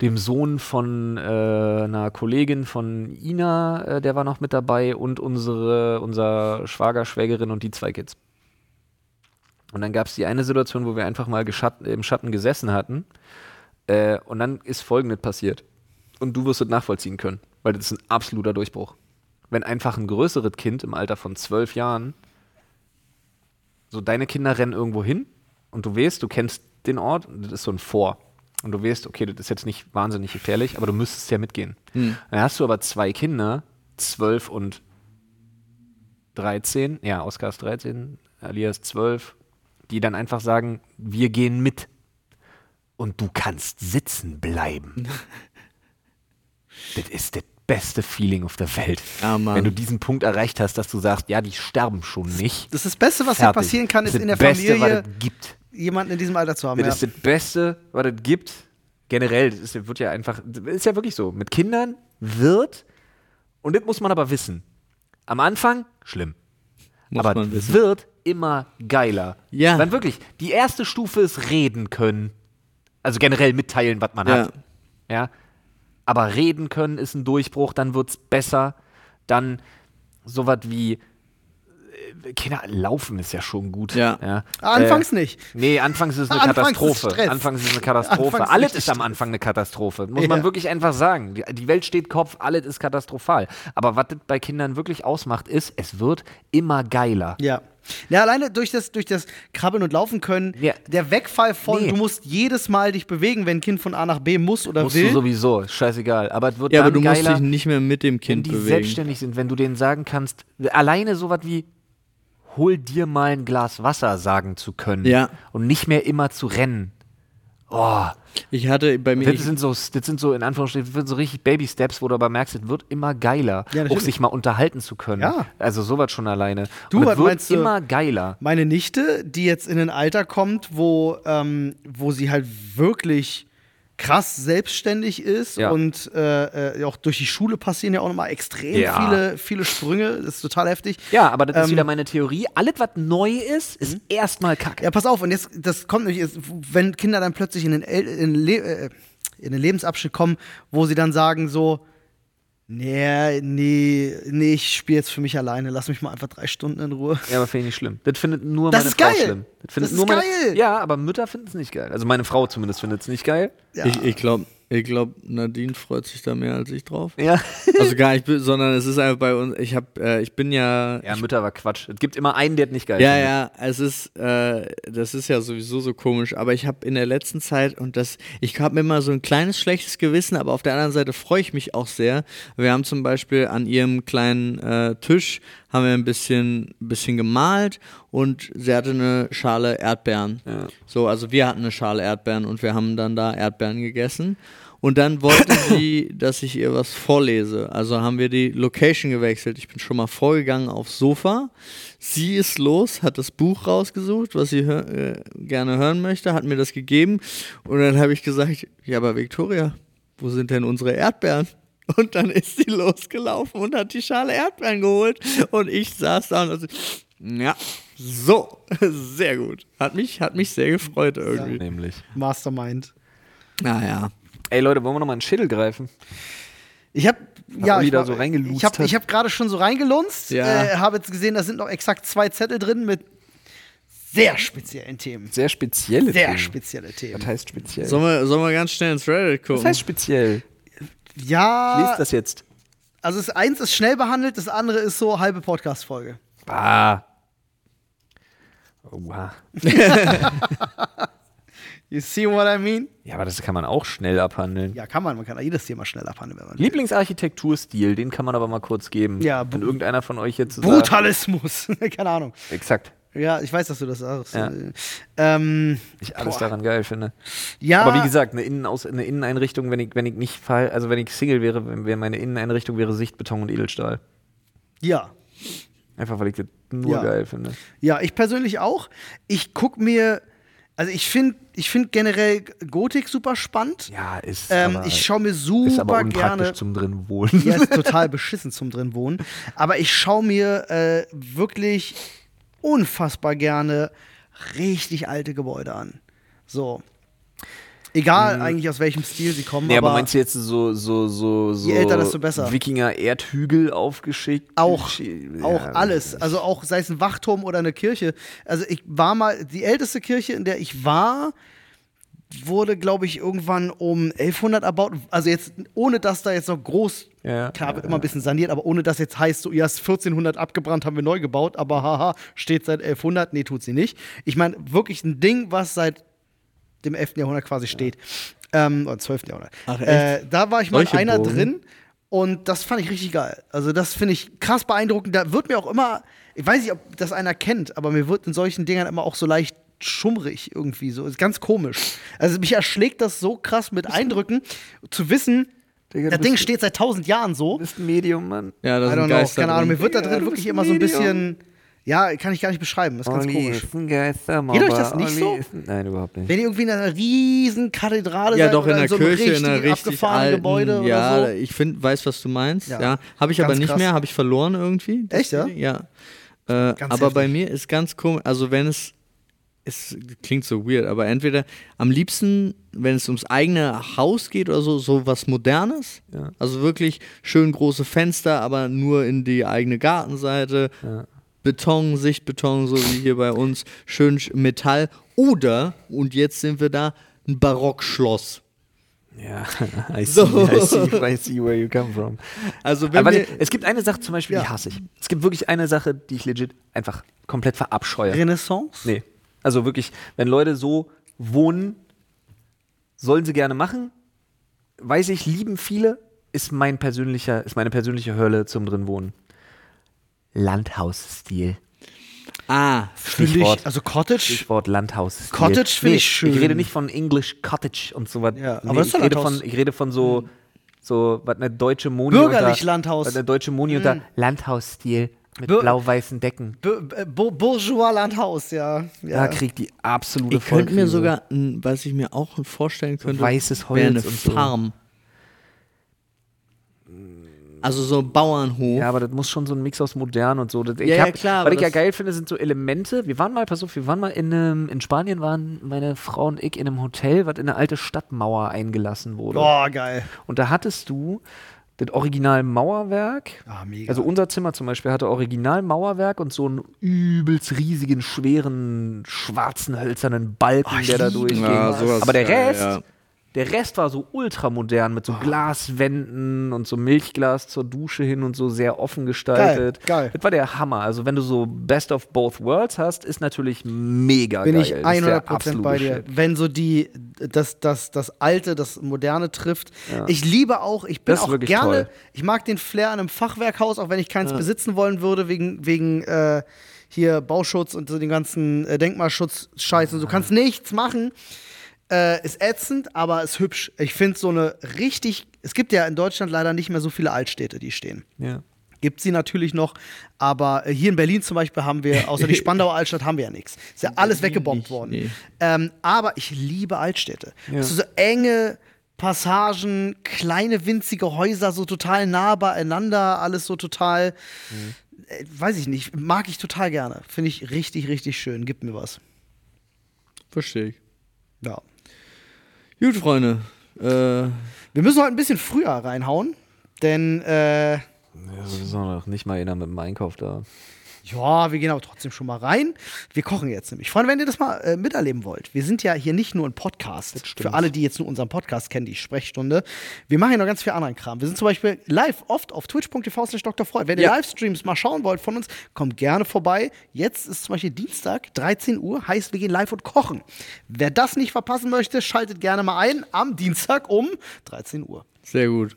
B: dem Sohn von äh, einer Kollegin von Ina, äh, der war noch mit dabei und unsere, unser Schwager, Schwägerin und die zwei Kids. Und dann gab es die eine Situation, wo wir einfach mal geschat- im Schatten gesessen hatten äh, und dann ist Folgendes passiert. Und du wirst es nachvollziehen können, weil das ist ein absoluter Durchbruch. Wenn einfach ein größeres Kind im Alter von zwölf Jahren, so deine Kinder rennen irgendwo hin und du weißt, du kennst den Ort, und das ist so ein Vor. Und du weißt, okay, das ist jetzt nicht wahnsinnig gefährlich, aber du müsstest ja mitgehen. Dann hast du aber zwei Kinder, zwölf und 13, ja, Oskar ist 13, alias 12, die dann einfach sagen, wir gehen mit. Und du kannst sitzen bleiben. das ist das beste Feeling auf der Welt.
C: Ah, Mann.
B: Wenn du diesen Punkt erreicht hast, dass du sagst, ja, die sterben schon nicht.
A: Das ist das Beste, was da
B: Fertig.
A: passieren kann,
B: Das
A: ist in der
B: Beste,
A: Familie
B: was es gibt.
A: jemanden in diesem Alter zu haben.
B: Das
A: Ja.
B: ist das Beste, was es gibt. Generell, das ist, wird ja einfach, das ist ja wirklich so. Mit Kindern wird, und das muss man aber wissen. Am Anfang schlimm.
C: Muss
B: aber
C: man
B: es
C: wissen.
B: wird immer geiler.
C: Ja.
B: Dann wirklich, die erste Stufe ist reden können. Also generell mitteilen, was man
C: Ja.
B: hat. Ja. Aber reden können ist ein Durchbruch, dann wird's besser. Dann sowas wie äh, Kinder laufen ist ja schon gut.
C: Ja.
A: Ah, Anfangs
B: Äh.
A: nicht.
B: Nee, anfangs ist es eine
A: Anfangs ist
B: Katastrophe.
A: Stress.
B: anfangs ist es eine Katastrophe.
A: Anfangs
B: alles
A: richtig
B: ist am Anfang eine Katastrophe. Muss
A: Ja.
B: man wirklich einfach sagen. Die, die Welt steht Kopf, alles ist katastrophal. Aber was das bei Kindern wirklich ausmacht, ist, es wird immer geiler.
A: Ja. Ja, alleine durch das, durch das Krabbeln und Laufen können,
B: Ja.
A: der Wegfall von,
B: Nee.
A: du musst jedes Mal dich bewegen, wenn ein Kind von A nach B muss oder
B: Musst
A: will.
B: du sowieso, ist scheißegal. Aber es wird
C: ja,
B: dann
C: aber du musst
B: geiler,
C: dich nicht mehr mit dem
B: wenn
C: Kind
B: die
C: bewegen.
B: selbstständig sind, wenn du denen sagen kannst, alleine sowas wie hol dir mal ein Glas Wasser sagen zu können
C: Ja.
B: und nicht mehr immer zu rennen. Oh,
C: Ich hatte bei mir.
B: Das
C: Ich,
B: sind so, das sind so in Anführungsstrichen, das sind so richtig Baby-Steps, wo du aber merkst, es wird immer geiler,
A: Ja, natürlich.
B: auch sich mal unterhalten zu können.
A: Ja.
B: Also sowas schon alleine.
A: Du,
B: Und es
A: was
B: wird
A: meinst du-
B: immer geiler.
A: Meine Nichte, die jetzt in ein Alter kommt, wo, ähm, wo sie halt wirklich krass selbstständig ist
B: Ja.
A: und äh, äh, auch durch die Schule passieren ja auch nochmal extrem
B: Ja.
A: viele, viele Sprünge. Das ist total heftig.
B: Ja, aber das ist
A: Ähm, Mhm.
B: wieder meine Theorie. Alles, was neu ist, ist erstmal kacke.
A: Ja, pass auf, und jetzt, das kommt nämlich, jetzt, wenn Kinder dann plötzlich in den, El in, den Le äh, in den Lebensabschnitt kommen, wo sie dann sagen so, nee, nee, nee, ich spiele jetzt für mich alleine, lass mich mal einfach drei Stunden in Ruhe.
B: Ja, aber finde ich nicht schlimm. Das findet nur
A: Das
B: meine
A: ist
B: Frau
A: geil.
B: schlimm. findet
A: Das ist
B: nur meine,
A: geil.
B: Ja, aber Mütter finden es nicht geil. Also meine Frau zumindest findet es nicht geil.
A: Ja.
C: ich, ich glaube, ich glaub, Nadine freut sich da mehr als ich drauf.
B: Ja.
C: Also gar nicht, sondern es ist einfach bei uns. Ich, hab, äh, ich bin ja.
B: Ja, Mütter war Quatsch. Es gibt immer einen, der es nicht geil
C: Ja,
B: findet.
C: ja, es ist, äh, das ist ja sowieso so komisch, aber ich habe in der letzten Zeit und das, ich habe mir immer so ein kleines schlechtes Gewissen, aber auf der anderen Seite freue ich mich auch sehr. Wir haben zum Beispiel an ihrem kleinen äh, Tisch haben wir ein bisschen, bisschen gemalt und sie hatte eine Schale Erdbeeren. So, also wir hatten eine Schale Erdbeeren und wir haben dann da Erdbeeren gegessen. Und dann wollte sie, dass ich ihr was vorlese. Also haben wir die Location gewechselt. Ich bin schon mal vorgegangen aufs Sofa. Sie ist los, hat das Buch rausgesucht, was sie hör äh, gerne hören möchte, hat mir das gegeben. Und dann habe ich gesagt, ja, aber Victoria, wo sind denn unsere Erdbeeren? Und dann ist sie losgelaufen und hat die Schale Erdbeeren geholt. Und ich saß da und also, ja, so, sehr gut. Hat mich, hat mich sehr gefreut irgendwie.
B: Nämlich.
A: Mastermind.
C: Naja.
B: Ey Leute, wollen wir nochmal einen Schädel greifen?
A: Ich habe ja,
B: Olli
A: ich
B: da
A: war-
B: so reingelunzt
A: Ich habe
B: hat.
A: ich hab gerade schon so reingelunzt,
C: Ja.
A: äh, habe jetzt gesehen, da sind noch exakt zwei Zettel drin mit sehr speziellen Themen.
B: Sehr spezielle
A: Sehr
B: Themen.
A: spezielle Themen.
B: Was heißt speziell?
C: Sollen wir, sollen wir ganz schnell ins Reddit gucken?
B: Was heißt speziell?
A: Ja,
B: Lest das jetzt.
A: also das eins ist schnell behandelt, das andere ist so halbe Podcast-Folge.
B: Ah. Oha.
A: You see what I mean?
B: Ja, aber das kann man auch schnell abhandeln.
A: Ja, kann man. Man kann jedes Thema schnell abhandeln, wenn man will.
B: Lieblingsarchitekturstil, den kann man aber mal kurz geben.
A: Ja,
B: wenn irgendeiner von euch jetzt sagt.
A: Brutalismus. Keine Ahnung.
B: Exakt.
A: Ja, ich weiß, dass du das sagst.
B: Ja.
A: Ähm,
B: Ich alles
A: boah.
B: daran geil finde.
A: Ja,
B: Aber wie gesagt, eine, Innenaus eine Inneneinrichtung, wenn ich, wenn ich nicht fall, also wenn ich Single wäre, wenn- wäre meine Inneneinrichtung wäre Sichtbeton und Edelstahl.
A: ja.
B: Einfach weil ich das nur
A: Ja.
B: geil finde.
A: Ja, ich persönlich auch. Ich guck mir, also ich finde ich find generell Gotik super spannend.
B: Ja, ist.
A: ähm,
B: aber,
A: ich schaue mir
B: ist aber
A: super
B: unpraktisch
A: gerne.
B: zum drin wohnen.
A: Ja, ist total beschissen zum drin wohnen. Aber ich schaue mir äh, wirklich unfassbar gerne richtig alte Gebäude an. So. Egal eigentlich aus welchem Stil sie kommen,
B: Hm. Nee, aber,
A: aber,
B: meinst du jetzt so, so, so, so
A: Je älter, desto besser.
B: Wikinger-Erdhügel aufgeschickt?
A: auch,
B: Ja,
A: auch alles. Also auch sei es ein Wachturm oder eine Kirche. Also ich war mal, die älteste Kirche, in der ich war, wurde, glaube ich, irgendwann um 1100 erbaut. Also jetzt, ohne dass da jetzt noch groß,
B: Ja,
A: klar,
B: ja,
A: wird immer ein bisschen saniert, aber ohne dass jetzt heißt, so, ja, ist 1400 abgebrannt, haben wir neu gebaut, aber haha, steht seit 1100. Nee, tut sie nicht. Ich meine, wirklich ein Ding, was seit dem 11. Jahrhundert quasi steht. Ähm, oder 12. Jahrhundert.
C: Ach, echt?
A: Äh, da war ich mal in
C: Solche
A: einer
C: Burgen?
A: drin und das fand ich richtig geil. Also das finde ich krass beeindruckend. Da wird mir auch immer, ich weiß nicht, ob das einer kennt, aber mir wird in solchen Dingern immer auch so leicht schummrig irgendwie so. Ist ganz komisch. Also mich erschlägt das so krass mit Eindrücken, zu wissen,
B: Digga, du
A: das
B: bist-
A: Ding steht seit tausend Jahren so.
B: Du bist ein Medium, Mann.
C: Ja,
A: I
C: das
A: don't
C: sind
A: know,
C: Geister.
A: keine Ahnung,
C: drin.
A: mir wird da
B: Ja,
A: drin
B: du
A: wirklich
B: bist
A: immer so ein
B: Medium.
A: bisschen, ja, kann ich gar nicht beschreiben,
C: Oh,
A: das ist ganz komisch.
B: ist ein Geistermauer.
A: Geht euch das nicht so?
B: Olli ist ein- Nein, überhaupt nicht.
A: Wenn ihr irgendwie in einer riesen Kathedrale
C: ja,
A: seid
C: doch,
A: oder
C: in der
A: so einem
C: Kirche, in einer
A: richtigen
C: richtig
A: abgefahrenen
C: alten,
A: Gebäude
C: ja,
A: oder so.
C: ich find, weiß, was du meinst,
A: Ja.
C: ja. Habe ich aber
A: Ganz
C: nicht
A: krass.
C: mehr, habe ich verloren irgendwie. das
A: Echt, ja?
C: Ding, Ja. Äh,
A: Ganz
C: aber bei
A: heftig.
C: mir ist ganz komisch, also wenn es, es klingt so weird, aber entweder am liebsten, wenn es ums eigene Haus geht oder so, so was Modernes,
B: Ja.
C: also wirklich schön große Fenster, aber nur in die eigene Gartenseite,
B: Ja.
C: Beton, Sichtbeton, so wie hier bei uns, schön sch- Metall. Oder, und jetzt sind wir da, ein Barockschloss.
B: Ja, I see,
C: So.
B: I, see, I see where you come from.
C: Also wenn
B: Aber
C: wir,
B: es gibt eine Sache zum Beispiel,
A: Ja.
B: die hasse ich. Es gibt wirklich eine Sache, die ich legit einfach komplett verabscheue.
A: Renaissance?
B: Nee. Also wirklich, wenn Leute so wohnen, sollen sie gerne machen. Weiß ich, lieben viele, ist mein persönlicher, ist meine persönliche Hölle zum drin wohnen. Landhausstil.
C: ah,
A: Finde
B: Stichwort.
A: ich, also Cottage,
B: Stichwort Landhausstil.
A: Cottage finde ich schön.
B: Ich rede nicht von English Cottage und sowas.
A: Ja, aber das ist
B: ich,
A: doch
B: rede
A: Landhaus. Hm.
B: von, ich rede von so, so was eine deutsche Moni
A: Bürgerlich
B: unter,
A: Landhaus. Hm.
B: Was eine deutsche Moni unter Landhausstil mit
A: Bür-
B: blau-weißen Decken.
A: Bu- äh, Bu- Bourgeois Landhaus, ja.
B: Da
A: ja.
B: kriegt die absolute
C: ich könnte mir
B: Vollkrise.
C: sogar, ein- was ich mir auch vorstellen könnte,
B: weißes
C: wäre eine
B: Holz und so.
C: Farm. Also so ein Bauernhof.
B: Ja, aber das muss schon so ein Mix aus modern und so. Das, ich
C: Ja, ja,
B: hab,
C: klar, aber
B: Was ich ja
C: das-
B: geil finde, sind so Elemente. Wir waren mal, pass auf, wir waren mal in einem, in Spanien waren meine Frau und ich in einem Hotel, was in eine alte Stadtmauer eingelassen wurde.
C: Oh,
A: Boah, Oh, geil.
B: Und da hattest du das Original Mauerwerk.
A: Ah, mega.
B: Also unser Zimmer zum Beispiel hatte Original Mauerwerk und so einen übelst riesigen, schweren, schwarzen, hölzernen Balken,
A: Oh, ich
B: der da
A: liebe
B: durchging.
C: Ja, sowas
B: Aber der
C: ist geil,
B: Rest,
C: ja.
B: der Rest war so ultramodern
A: Ah.
B: mit so Glaswänden und so Milchglas zur Dusche hin und so sehr offen gestaltet.
A: geil.
B: Das war der Hammer. Also wenn du so Best of Both Worlds hast, ist natürlich mega
A: bin
B: geil.
A: ich
B: Das ist der
A: 100%
B: absolute
A: bei dir.
B: Shit.
A: Wenn so die, das, das, das Alte, das Moderne trifft. Ich liebe auch, ich bin
B: Das ist
A: auch
B: wirklich
A: gerne,
B: toll.
A: ich mag den Flair an einem Fachwerkhaus, auch wenn ich keins besitzen wollen würde, wegen, wegen äh, hier Bauschutz und so den ganzen äh, Denkmalschutz-Scheiß und so. Du kannst nichts machen. Äh, ist ätzend, aber ist hübsch. Ich finde so eine richtig, es gibt ja in Deutschland leider nicht mehr so viele Altstädte, die stehen
B: Ja.
A: gibt sie natürlich noch, aber äh, hier in Berlin zum Beispiel haben wir, außer die Spandauer Altstadt haben wir ja nichts. Ist ja alles weggebombt
C: nicht,
A: worden.
C: nee.
A: Ähm, aber ich liebe Altstädte. Also so enge Passagen, kleine winzige Häuser, so total nah beieinander, alles so total,
C: Mhm.
A: äh, weiß ich nicht, mag ich total gerne. Finde ich richtig, richtig schön. Gib mir was.
C: Verstehe ich.
A: Ja.
C: Gut, Freunde. Äh,
A: Wir müssen heute ein bisschen früher reinhauen, denn äh,
C: Also
B: Ja, sowieso noch nicht mal einer mit dem Einkauf da.
A: Ja, wir gehen aber trotzdem schon mal rein. Wir kochen jetzt nämlich. Freunde, wenn ihr das mal äh, miterleben wollt, wir sind ja hier nicht nur ein Podcast. Für alle, die jetzt nur unseren Podcast kennen, die Sprechstunde. Wir machen ja noch ganz viel anderen Kram. Wir sind zum Beispiel live oft auf twitch.tv slash Dr. Freud. Wenn ihr
C: Ja.
A: Livestreams mal schauen wollt von uns, kommt gerne vorbei. Jetzt ist zum Beispiel Dienstag, 13 Uhr, heißt, wir gehen live und kochen. Wer das nicht verpassen möchte, schaltet gerne mal ein am Dienstag um 13 Uhr.
C: Sehr gut.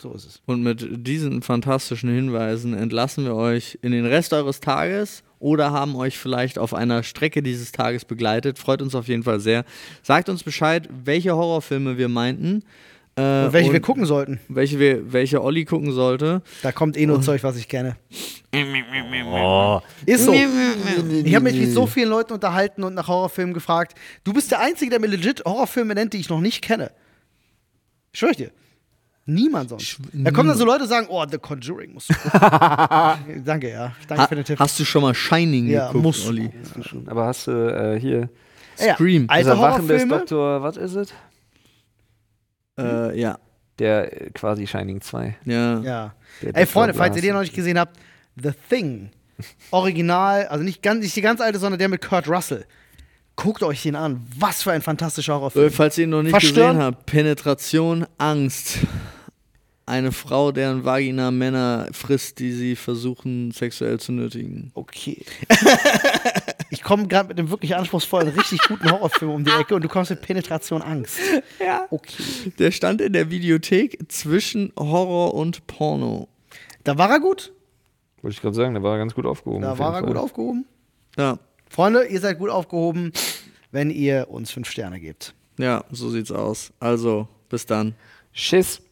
A: So ist es.
C: Und mit diesen fantastischen Hinweisen entlassen wir euch in den Rest eures Tages oder haben euch vielleicht auf einer Strecke dieses Tages begleitet. Freut uns auf jeden Fall sehr. Sagt uns Bescheid, welche Horrorfilme wir meinten. äh,
A: Und welche wir gucken sollten,
C: Welche, wir, welche Olli gucken sollte.
A: da kommt eh nur Zeug, was ich kenne.
B: Oh,
A: Ist so. Ich habe mich mit so vielen Leuten unterhalten und nach Horrorfilmen gefragt. Du bist der Einzige, der mir legit Horrorfilme nennt, die ich noch nicht kenne. Ich schwöre ich dir. Niemand sonst. da kommen dann so Leute und sagen, oh, The Conjuring musst du gucken. Danke, ja. Danke
C: Ha
A: für den Tipp.
C: hast du schon mal Shining
A: Ja,
C: geguckt,
A: muss.
C: Olli?
B: aber hast du äh, hier
A: Ja,
C: Scream.
A: Also
B: das Erwachen des
A: Horrorfilme.
B: Doktor, was ist es?
C: Äh, ja.
B: Der äh, quasi Shining 2.
C: Ja.
A: Mhm. Ja.
B: Der
A: Ey,
B: Dr.
A: Freunde, falls ihr den
B: Blasen.
A: noch nicht gesehen habt, The Thing. Original, also nicht, ganz, nicht die ganz alte, sondern der mit Kurt Russell. Guckt euch den an. Was für ein fantastischer
C: Äh,
A: Horrorfilm.
C: falls ihr ihn noch nicht
A: Verstören.
C: gesehen habt, Penetration, Angst. Eine Frau, deren Vagina Männer frisst, die sie versuchen sexuell zu nötigen.
A: Okay. Ich komme gerade mit einem wirklich anspruchsvollen, richtig guten Horrorfilm um die Ecke und du kommst mit Penetration Angst.
C: Ja.
A: Okay.
C: Der stand in der Videothek zwischen Horror und Porno.
A: Da war er gut.
B: Wollte ich gerade sagen, da war er ganz gut aufgehoben.
A: Da
B: auf
A: war
B: jeden
A: er
B: Fall.
A: gut aufgehoben.
C: Ja,
A: Freunde, ihr seid gut aufgehoben, wenn ihr uns fünf Sterne gebt.
C: ja, so sieht's aus. Also, bis dann.
B: Schiss.